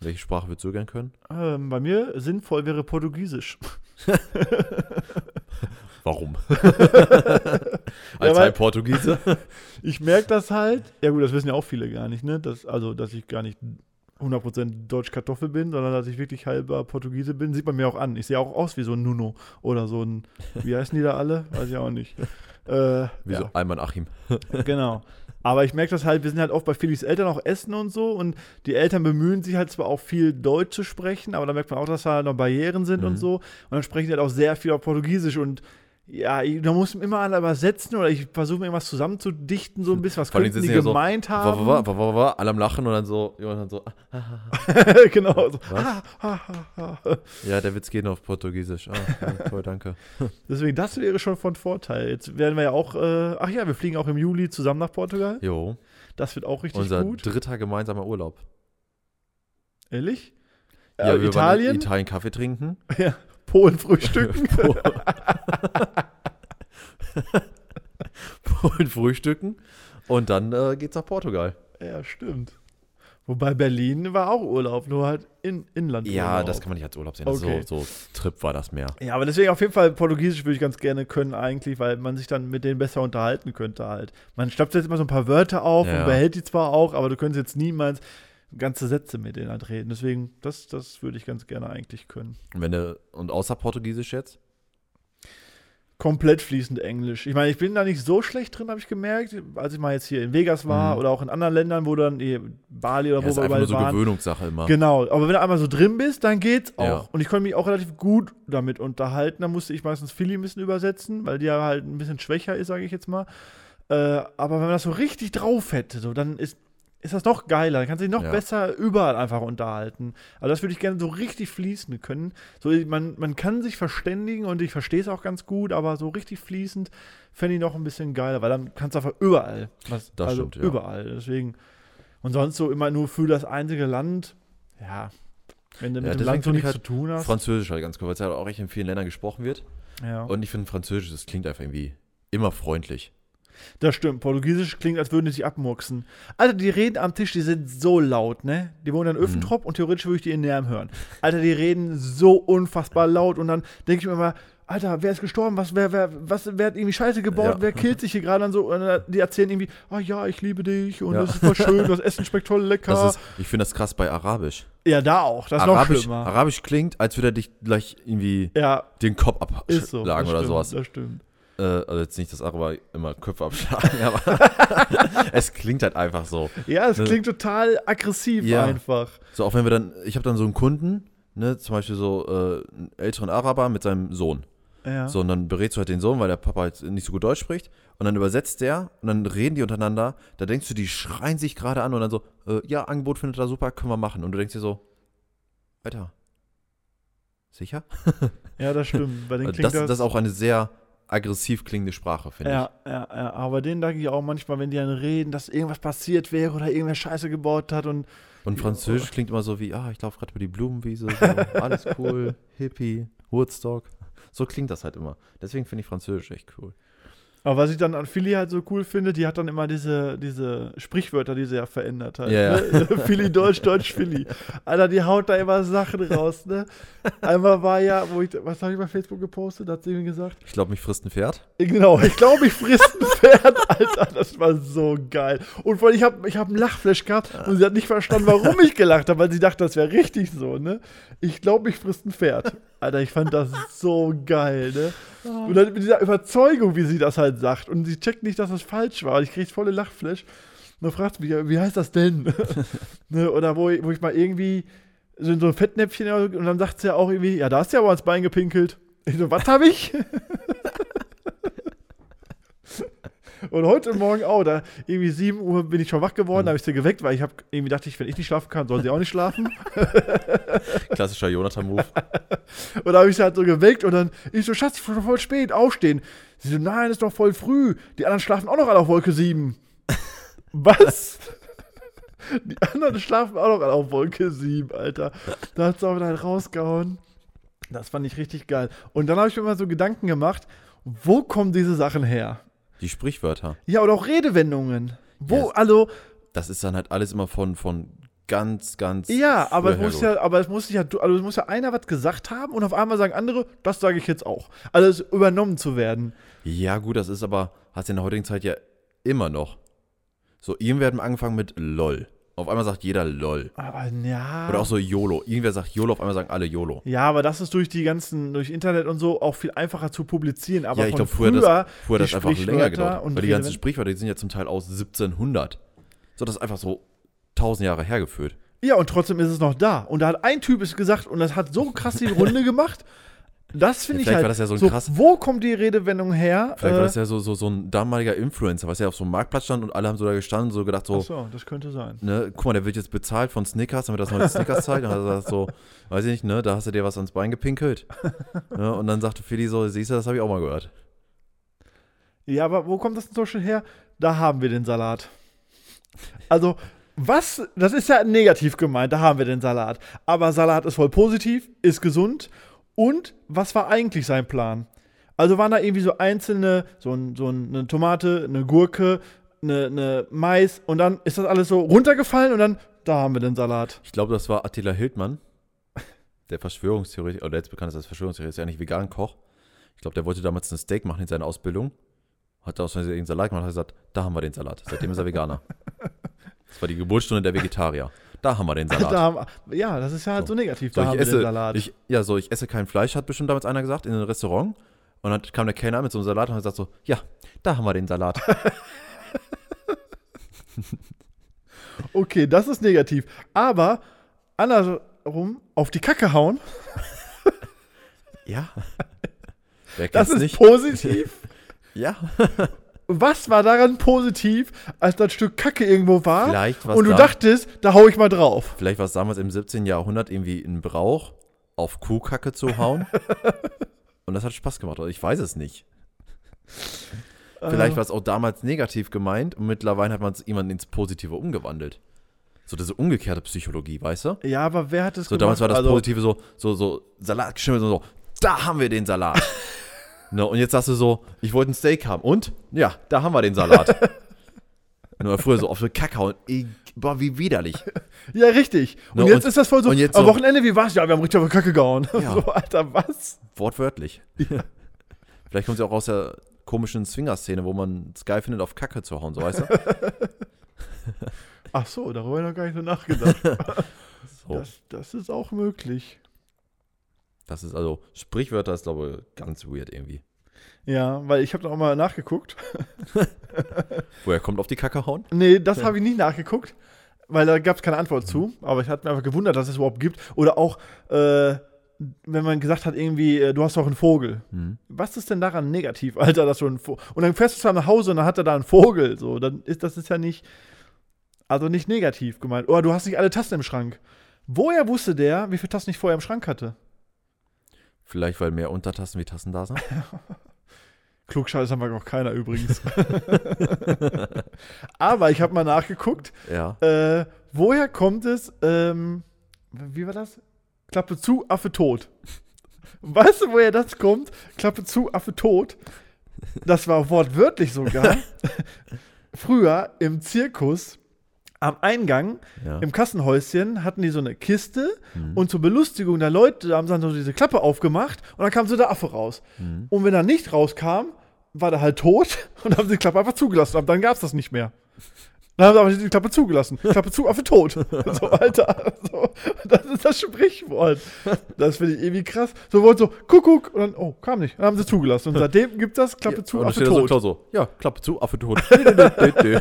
Speaker 3: Welche Sprache würdest du gern können?
Speaker 1: Ähm, bei mir sinnvoll wäre Portugiesisch.
Speaker 3: Warum?
Speaker 1: weil-
Speaker 3: Als halb Portugiese?
Speaker 1: Ich merke das halt. Ja gut, das wissen ja auch viele gar nicht, ne? Dass, also, dass ich gar nicht 100% Deutsch-Kartoffel bin, sondern dass ich wirklich halber Portugiese bin, sieht man mir auch an. Ich sehe auch aus wie so ein Nuno oder so ein, wie heißen die da alle? Weiß ich auch nicht. Äh,
Speaker 3: Wieso?
Speaker 1: ja.
Speaker 3: Einmal Achim.
Speaker 1: Genau. Aber ich merke das halt, wir sind halt oft bei Felix Eltern auch essen und so und die Eltern bemühen sich halt zwar auch viel Deutsch zu
Speaker 3: Mhm.
Speaker 1: sprechen, aber da merkt man auch, dass da halt noch Barrieren sind und so und dann sprechen die halt auch sehr viel auf Portugiesisch und Ja, ich, da muss ich immer an übersetzen oder ich versuche mir irgendwas zusammenzudichten, so ein bisschen, was
Speaker 3: Vor allem
Speaker 1: könnten die
Speaker 3: sitzen ja so,
Speaker 1: gemeint
Speaker 3: Wa,
Speaker 1: haben.
Speaker 3: wa, wa, wa, wa, wa, alle am Lachen und dann so, Jonathan so, ah,
Speaker 1: genau. So.
Speaker 3: Was?
Speaker 1: Ah, ah, ah, ah.
Speaker 3: ja, der Witz geht noch auf Portugiesisch. Ah, ja, toll, danke.
Speaker 1: Deswegen, das wäre schon von Vorteil. Jetzt werden wir ja auch, äh, ach ja, wir fliegen auch im Juli zusammen nach Portugal.
Speaker 3: Jo,
Speaker 1: Das wird auch richtig
Speaker 3: unser
Speaker 1: gut.
Speaker 3: dritter gemeinsamer Urlaub.
Speaker 1: Ehrlich? äh,
Speaker 3: Ja, wir waren in
Speaker 1: Italien?
Speaker 3: Italien Kaffee trinken.
Speaker 1: ja. Polen frühstücken.
Speaker 3: Polen frühstücken. Und dann äh, geht's nach Portugal.
Speaker 1: ja, stimmt. Wobei Berlin war auch Urlaub, nur halt in Inland.
Speaker 3: Ja, das kann man nicht als Urlaub sehen.
Speaker 1: Okay.
Speaker 3: So, so Trip war das mehr.
Speaker 1: Ja, aber deswegen auf jeden Fall Portugiesisch würde ich ganz gerne können eigentlich, weil man sich dann mit denen besser unterhalten könnte halt. Man stapft jetzt immer so ein paar Wörter auf
Speaker 3: Ja.
Speaker 1: und behält die zwar auch, aber du könntest jetzt niemals ganze Sätze mit denen halt reden. Deswegen, das, das würde ich ganz gerne eigentlich können.
Speaker 3: Und, wenn du, und außer Portugiesisch jetzt?
Speaker 1: Komplett fließend Englisch. Ich meine, ich bin da nicht so schlecht drin, habe ich gemerkt, als ich mal jetzt hier in Vegas war oder auch in anderen Ländern, wo dann eh, Bali oder
Speaker 3: Mhm. Ja,
Speaker 1: wo
Speaker 3: ist
Speaker 1: wir
Speaker 3: einfach
Speaker 1: überall
Speaker 3: nur so
Speaker 1: waren.
Speaker 3: Gewöhnungssache immer.
Speaker 1: Genau, aber wenn du einmal so drin bist, dann geht's auch.
Speaker 3: Ja.
Speaker 1: Und ich konnte mich auch relativ gut damit unterhalten. Da musste ich meistens Philly ein bisschen übersetzen, weil die ja halt ein bisschen schwächer ist, sage ich jetzt mal. Äh, aber wenn man das so richtig drauf hätte, so, dann ist, ist das noch geiler. Dann kannst du dich noch
Speaker 3: Ja.
Speaker 1: besser überall einfach unterhalten. Also das würde ich gerne so richtig fließen können. So, ich- man, man kann sich verständigen und ich verstehe es auch ganz gut, aber so richtig fließend fände ich noch ein bisschen geiler, weil dann kannst du einfach überall. Was,
Speaker 3: Das
Speaker 1: also
Speaker 3: stimmt, ja.
Speaker 1: Überall. Deswegen. Und sonst so immer nur für das einzige Land. Ja. Wenn du
Speaker 3: Ja,
Speaker 1: mit dem
Speaker 3: deswegen
Speaker 1: Land so
Speaker 3: finde
Speaker 1: nichts
Speaker 3: ich
Speaker 1: zu tun hast.
Speaker 3: Französisch halt ganz cool, weil es ja auch echt in vielen Ländern gesprochen wird.
Speaker 1: ja.
Speaker 3: Und ich finde Französisch, das klingt einfach irgendwie immer freundlich.
Speaker 1: Das stimmt. Portugiesisch klingt, als würden die sich abmurksen. Alter, die reden am Tisch, die sind so laut, ne? Die wohnen
Speaker 3: Mhm.
Speaker 1: in Öffentrop und theoretisch würde ich die in Närm hören. Alter, die reden so unfassbar laut und dann denke ich mir immer, Alter, wer ist gestorben? Was, wer, wer, was, wer hat irgendwie Scheiße gebaut?
Speaker 3: Ja.
Speaker 1: Wer killt sich hier gerade und so? Und äh, die erzählen irgendwie, ah ja, ich liebe dich und
Speaker 3: Ja.
Speaker 1: das ist voll schön, das Essen schmeckt toll lecker.
Speaker 3: Das ist, ich finde das krass bei Arabisch.
Speaker 1: ja, da auch. Das ist noch
Speaker 3: Arabisch,
Speaker 1: schlimmer.
Speaker 3: Arabisch klingt, als würde er dich gleich irgendwie
Speaker 1: ja,
Speaker 3: den Kopf
Speaker 1: ist so.
Speaker 3: abschlagen
Speaker 1: das
Speaker 3: oder
Speaker 1: stimmt,
Speaker 3: sowas.
Speaker 1: Das stimmt.
Speaker 3: Äh, also jetzt nicht, dass Araber immer Köpfe abschlagen, aber es klingt halt einfach so.
Speaker 1: Ja, es
Speaker 3: Ne?
Speaker 1: klingt total aggressiv
Speaker 3: Ja.
Speaker 1: einfach.
Speaker 3: So, auch wenn wir dann, ich habe dann so einen Kunden, ne, zum Beispiel so äh, einen älteren Araber mit seinem Sohn.
Speaker 1: Ja.
Speaker 3: So, und dann berätst du halt den Sohn, weil der Papa halt nicht so gut Deutsch spricht. Und dann übersetzt der und dann reden die untereinander. Da denkst du, die schreien sich gerade an und dann so, äh, ja, Angebot findet er super, können wir machen. Und du denkst dir so, Alter, sicher?
Speaker 1: ja, das stimmt. Bei denen
Speaker 3: Also Das,
Speaker 1: klingt
Speaker 3: das ist auch eine sehr aggressiv klingende Sprache, finde
Speaker 1: Ja, ja, ja. Aber bei denen denke ich auch manchmal, wenn die dann reden, dass irgendwas passiert wäre oder irgendwer Scheiße gebaut hat und
Speaker 3: ich. Und Französisch klingt immer so wie, ah, ich laufe gerade über die Blumenwiese, so, alles cool, Hippie, Woodstock. So klingt das halt immer. Deswegen finde ich Französisch echt cool.
Speaker 1: aber was ich dann an Philly halt so cool finde, die hat dann immer diese, diese Sprichwörter, die sie ja verändert hat.
Speaker 3: Ja,
Speaker 1: Ne? Philly Deutsch, Deutsch Philly. Alter, die haut da immer Sachen raus, ne? Einmal war ja, wo ich, was habe ich bei Facebook gepostet, da hat sie mir gesagt,
Speaker 3: Ich glaube, mich frisst ein Pferd.
Speaker 1: Genau, ich glaube, ich frisst ein Pferd, Alter. Das war so geil. Und vor allem, ich habe ich hab einen Lachflash gehabt und sie hat nicht verstanden, warum ich gelacht habe, weil sie dachte, das wäre richtig so, ne? Ich glaube, ich frisst ein Pferd. Alter, ich fand das so geil, ne? Und dann mit dieser Überzeugung, wie sie das halt sagt. Und sie checkt nicht, dass das falsch war. Ich krieg volle Lachflash. Und dann fragt sie mich, ja, wie heißt das denn? ne? Oder wo ich, wo ich mal irgendwie so in so ein Fettnäpfchen und dann sagt sie ja auch irgendwie, ja, da hast du ja aber ans Bein gepinkelt. Ich so, was habe ich? Und heute Morgen auch, da irgendwie 7 Uhr bin ich schon wach geworden, da habe ich sie geweckt, weil ich habe irgendwie dachte ich, wenn ich nicht schlafen kann, soll sie auch nicht schlafen.
Speaker 3: Klassischer Jonathan-Move.
Speaker 1: Und da habe ich sie halt so geweckt und dann ich so, Schatz, ich bin schon voll spät, aufstehen. Sie so, nein, ist doch voll früh. Die anderen schlafen auch noch alle auf Wolke 7. Was? Die anderen schlafen auch noch alle auf Wolke 7, Alter. Da hat sie auch wieder halt rausgehauen. Das fand ich richtig geil. Und dann habe ich mir mal so Gedanken gemacht, wo kommen diese Sachen her?
Speaker 3: Die Sprichwörter.
Speaker 1: Ja, oder auch Redewendungen. Wo,
Speaker 3: Yes.
Speaker 1: also,
Speaker 3: das ist dann halt alles immer von, von ganz, ganz.
Speaker 1: Ja, aber es
Speaker 3: früher
Speaker 1: muss
Speaker 3: hergeholt.
Speaker 1: ja, aber es muss ja, also es muss ja einer was gesagt haben und auf einmal sagen andere, das sage ich jetzt auch. Also es ist übernommen zu werden.
Speaker 3: Ja, gut, das ist aber, hast du in der heutigen Zeit ja immer noch. So, irgendwer hat mal angefangen mit LOL. Auf einmal sagt jeder LOL.
Speaker 1: Aber ja.
Speaker 3: Oder auch so YOLO. Irgendwer sagt YOLO, auf einmal sagen alle YOLO.
Speaker 1: ja, aber das ist durch die ganzen, durch Internet und so auch viel einfacher zu publizieren. Aber
Speaker 3: ja, ich
Speaker 1: von
Speaker 3: glaube, früher, hat das, früher hat
Speaker 1: die
Speaker 3: das einfach länger
Speaker 1: Sprichwörter
Speaker 3: gedauert.
Speaker 1: Und
Speaker 3: Weil die ganzen
Speaker 1: Redewend-
Speaker 3: Sprichwörter, die sind ja zum Teil aus 1700. So, das ist einfach so 1000 Jahre hergeführt.
Speaker 1: ja, und trotzdem ist es noch da. Und da hat ein Typ es gesagt und das hat so krass die Runde gemacht. Das finde
Speaker 3: Ja,
Speaker 1: ich
Speaker 3: vielleicht
Speaker 1: halt.
Speaker 3: war das ja so ein krass-
Speaker 1: Wo kommt die Redewendung her?
Speaker 3: Vielleicht war das
Speaker 1: Äh,
Speaker 3: ja so, so, so ein damaliger Influencer, was ja auf so einem Marktplatz stand und alle haben so da gestanden, so gedacht, so,
Speaker 1: ach so, das könnte sein.
Speaker 3: ne, guck mal, der wird jetzt bezahlt von Snickers, damit das neue Snickers zeigt. Und dann hat er gesagt so, weiß ich nicht, ne, da hast du dir was ans Bein gepinkelt. Ne, und dann sagte Philly so, siehst du, das habe ich auch mal gehört.
Speaker 1: Ja, aber wo kommt das denn zum Beispiel her? Da haben wir den Salat. Also, was? Das ist ja negativ gemeint, da haben wir den Salat. Aber Salat ist voll positiv, ist gesund. Und was war eigentlich sein Plan? Also waren da irgendwie so einzelne, so, ein, so ein- eine Tomate, eine Gurke, eine, eine Mais und dann ist das alles so runtergefallen und dann, da haben wir den Salat.
Speaker 3: Ich glaube, das war Attila Hildmann, der Verschwörungstheoretiker, oder jetzt bekannt ist als Verschwörungstheoretiker, ist ja eigentlich vegan Koch. Ich glaube, der wollte damals ein Steak machen in seiner Ausbildung. Hat da aus Versehen einen Salat gemacht und hat gesagt, da haben wir den Salat. Seitdem ist er Veganer. Das war die Geburtsstunde der Vegetarier. Da haben wir den Salat.
Speaker 1: Da haben, ja, das ist ja halt so, negativ,
Speaker 3: So,
Speaker 1: da haben
Speaker 3: ich
Speaker 1: wir den
Speaker 3: esse,
Speaker 1: Salat.
Speaker 3: ich, ja, so, ich esse kein Fleisch, hat bestimmt damals einer gesagt, in einem Restaurant. Und dann kam der Kellner mit so einem Salat und hat gesagt so, ja, da haben wir den Salat.
Speaker 1: Okay, das ist negativ. Aber andersrum auf die Kacke hauen,
Speaker 3: ja. Wer
Speaker 1: das
Speaker 3: kennt's
Speaker 1: ist
Speaker 3: nicht?
Speaker 1: positiv.
Speaker 3: Ja.
Speaker 1: Was war daran positiv, als das Stück Kacke irgendwo war?
Speaker 3: Vielleicht war's
Speaker 1: und du
Speaker 3: da-
Speaker 1: dachtest, da hau ich mal drauf.
Speaker 3: Vielleicht war es damals im 17. Jahrhundert irgendwie ein Brauch, auf Kuhkacke zu hauen. und das hat Spaß gemacht. oder? Ich weiß es nicht. Vielleicht war es auch damals negativ gemeint und mittlerweile hat man es jemanden ins Positive umgewandelt. So diese umgekehrte Psychologie, weißt du?
Speaker 1: Ja, aber wer hat es
Speaker 3: So, damals war das
Speaker 1: Also
Speaker 3: Positive so, so, so, Salatgeschimmel, so, so, da haben wir den Salat. ne, und jetzt sagst du so, ich wollte ein Steak haben. Und? Ja, da haben wir den Salat. Nur früher so auf so Kakao und ich, boah, wie widerlich.
Speaker 1: Also, Ja, richtig. Und
Speaker 3: Ne,
Speaker 1: jetzt
Speaker 3: und-
Speaker 1: ist das voll so,
Speaker 3: und jetzt
Speaker 1: am
Speaker 3: so-
Speaker 1: Wochenende, wie war's? Ja, wir haben richtig auf die Kacke gehauen.
Speaker 3: Ja.
Speaker 1: So, Alter, was?
Speaker 3: Wortwörtlich. Vielleicht kommt sie auch aus der komischen Swinger-Szene, wo man es geil findet, auf Kacke zu hauen, so weißt du?
Speaker 1: Ach so, darüber habe ich noch gar nicht so nachgedacht.
Speaker 3: So, das.
Speaker 1: das, das ist auch möglich.
Speaker 3: ist also, Sprichwörter ist, glaube ich, ganz weird irgendwie.
Speaker 1: Ja, weil ich habe da auch mal nachgeguckt.
Speaker 3: Woher kommt auf die Kacke hauen?
Speaker 1: Nee, das habe ich nicht nachgeguckt, weil da gab es keine Antwort zu. Aber ich hatte mir einfach gewundert, dass es überhaupt gibt. Oder auch, äh, wenn man gesagt hat, irgendwie, äh, du hast doch einen Vogel. Was ist denn daran negativ, Alter, dass du einen Vogel. Und dann fährst du zwar nach Hause und dann hat er da einen Vogel. So, dann ist das ist ja nicht. Also nicht negativ gemeint. Oder du hast nicht alle Tasten im Schrank. Woher wusste der, wie viele Tasten ich vorher im Schrank hatte?
Speaker 3: Vielleicht, weil mehr Untertassen wie Tassen da sind?
Speaker 1: Klugscheißer mag auch keiner übrigens. Aber ich habe mal nachgeguckt.
Speaker 3: Ja.
Speaker 1: Äh, woher kommt es? Ähm, wie war das? Klappe zu, Affe tot. Weißt du, woher das kommt? Klappe zu, Affe tot. Das war wortwörtlich sogar. Früher im Zirkus am Eingang
Speaker 3: ja. Mhm.
Speaker 1: im Kassenhäuschen hatten die so eine Kiste und zur Belustigung der Leute da haben sie dann so diese Klappe aufgemacht und dann kam so der Affe raus.
Speaker 3: Mhm.
Speaker 1: Und wenn er nicht rauskam, war der halt tot und haben die Klappe einfach zugelassen. Ab dann gab es das nicht mehr. Dann haben sie aber die Klappe zugelassen. Klappe zu, Affe tot. So, Alter. So, das ist das Sprichwort. Das finde ich irgendwie krass. So wollte so, Kuckuck. Und dann, oh, kam nicht. Dann haben sie zugelassen. Und seitdem gibt das Klappe zu,
Speaker 3: und dann
Speaker 1: Affe
Speaker 3: steht da so,
Speaker 1: tot.
Speaker 3: klar so, ja, Klappe zu, Affe tot. Dö, dö, dö, dö, dö.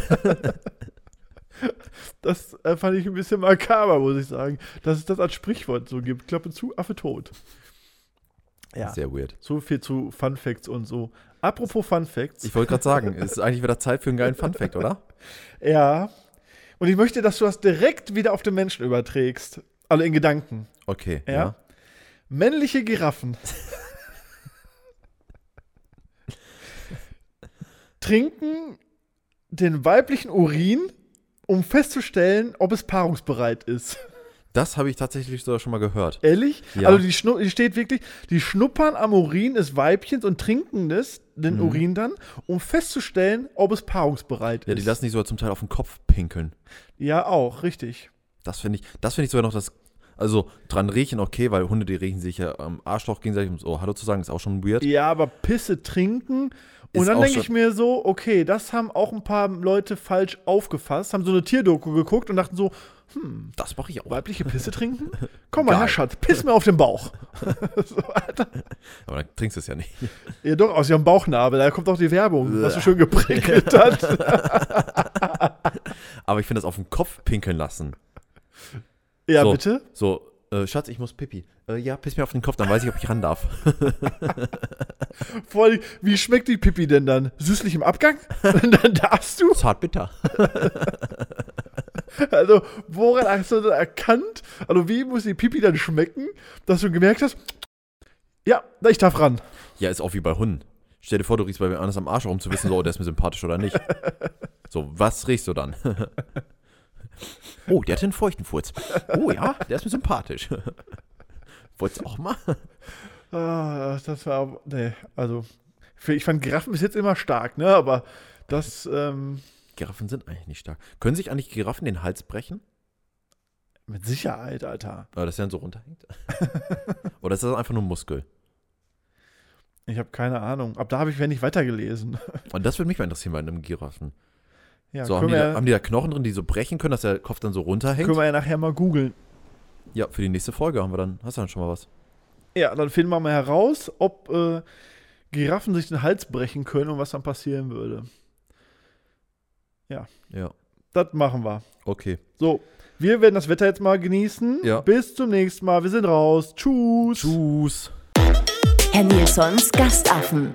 Speaker 1: Das äh, fand ich ein bisschen makaber, muss ich sagen, dass es das als Sprichwort so gibt. Klappe zu, Affe tot. Ja.
Speaker 3: Sehr weird.
Speaker 1: So viel zu Fun Facts und so. Apropos Fun Facts.
Speaker 3: Ich wollte gerade sagen, es ist eigentlich wieder Zeit für einen geilen Funfact, oder?
Speaker 1: ja. Und ich möchte, dass du das direkt wieder auf den Menschen überträgst. Also in Gedanken.
Speaker 3: Okay,
Speaker 1: Ja.
Speaker 3: ja.
Speaker 1: Männliche Giraffen. trinken den weiblichen Urin, um festzustellen, ob es paarungsbereit ist.
Speaker 3: Das habe ich tatsächlich sogar schon mal gehört.
Speaker 1: Ehrlich?
Speaker 3: Ja.
Speaker 1: Also die, schnu die steht wirklich, die schnuppern am Urin des Weibchens und trinken das, den
Speaker 3: Mhm.
Speaker 1: Urin dann, um festzustellen, ob es paarungsbereit
Speaker 3: Ja, die
Speaker 1: ist.
Speaker 3: lassen sich sogar zum Teil auf den Kopf pinkeln.
Speaker 1: ja, auch, richtig.
Speaker 3: Das finde ich, das finde ich sogar noch das. Also dran riechen, okay, weil Hunde, die riechen sich ja am Arschloch gegenseitig, um so Hallo zu sagen, ist auch schon weird.
Speaker 1: Ja, aber Pisse trinken. Und
Speaker 3: Ist
Speaker 1: dann
Speaker 3: auch
Speaker 1: denke
Speaker 3: schon-
Speaker 1: ich mir so, okay, das haben auch ein paar Leute falsch aufgefasst, haben so eine Tierdoku geguckt und dachten so,
Speaker 3: Das mache ich auch. Aber
Speaker 1: weibliche Pisse trinken? Komm mal,
Speaker 3: Geil.
Speaker 1: Herr Schatz, piss mir auf den Bauch. so, Alter.
Speaker 3: dann trinkst du es ja nicht.
Speaker 1: Ja, doch, aus ihrem Bauchnabel, da kommt auch die Werbung, was du schön geprickelt hat.
Speaker 3: Aber ich finde das auf den Kopf pinkeln lassen.
Speaker 1: Ja,
Speaker 3: so,
Speaker 1: bitte?
Speaker 3: So, äh, Schatz, ich muss Pipi. Äh, ja, piss mir auf den Kopf, dann weiß ich, ob ich ran darf.
Speaker 1: Voll, wie schmeckt die Pipi denn dann? Süßlich im Abgang? dann darfst du?
Speaker 3: Zart bitter.
Speaker 1: Also, woran hast du denn erkannt? Also, wie muss die Pipi dann schmecken, dass du gemerkt hast, ja, ich darf ran.
Speaker 3: Ja, ist auch wie bei Hunden. Stell dir vor, du riechst bei wem anders am Arsch, um zu wissen, so, oh, der ist mir sympathisch oder nicht. So, was riechst du dann? Oh, der hat einen feuchten Furz. Oh ja, der ist mir sympathisch. Wolltest du auch mal?
Speaker 1: Ah, das war, nee, also, ich fand Giraffen bis jetzt immer stark, ne, aber das, ähm,
Speaker 3: Giraffen sind eigentlich nicht stark. Können sich eigentlich Giraffen den Hals brechen?
Speaker 1: mit Sicherheit, Alter.
Speaker 3: Weil das ja dann so runterhängt? Oder ist das einfach nur ein Muskel?
Speaker 1: Ich habe keine Ahnung. Ab da habe ich ja nicht weitergelesen.
Speaker 3: Und das würde mich mal interessieren bei einem Giraffen.
Speaker 1: Ja,
Speaker 3: so, haben
Speaker 1: können,
Speaker 3: die, da,
Speaker 1: wir,
Speaker 3: haben die da Knochen drin, die so brechen können, dass der Kopf dann so runterhängt?
Speaker 1: können wir ja nachher mal googeln.
Speaker 3: Ja, für die nächste Folge haben wir dann. Hast du dann schon mal was?
Speaker 1: Ja, dann finden wir mal heraus, ob äh, Giraffen sich den Hals brechen können und was dann passieren würde.
Speaker 3: Ja,
Speaker 1: Das machen wir.
Speaker 3: okay.
Speaker 1: So, wir werden das Wetter jetzt mal genießen.
Speaker 3: Ja.
Speaker 1: Bis zum nächsten Mal. Wir sind raus. Tschüss.
Speaker 3: Tschüss.
Speaker 2: Herr Nilsons Gastaffen.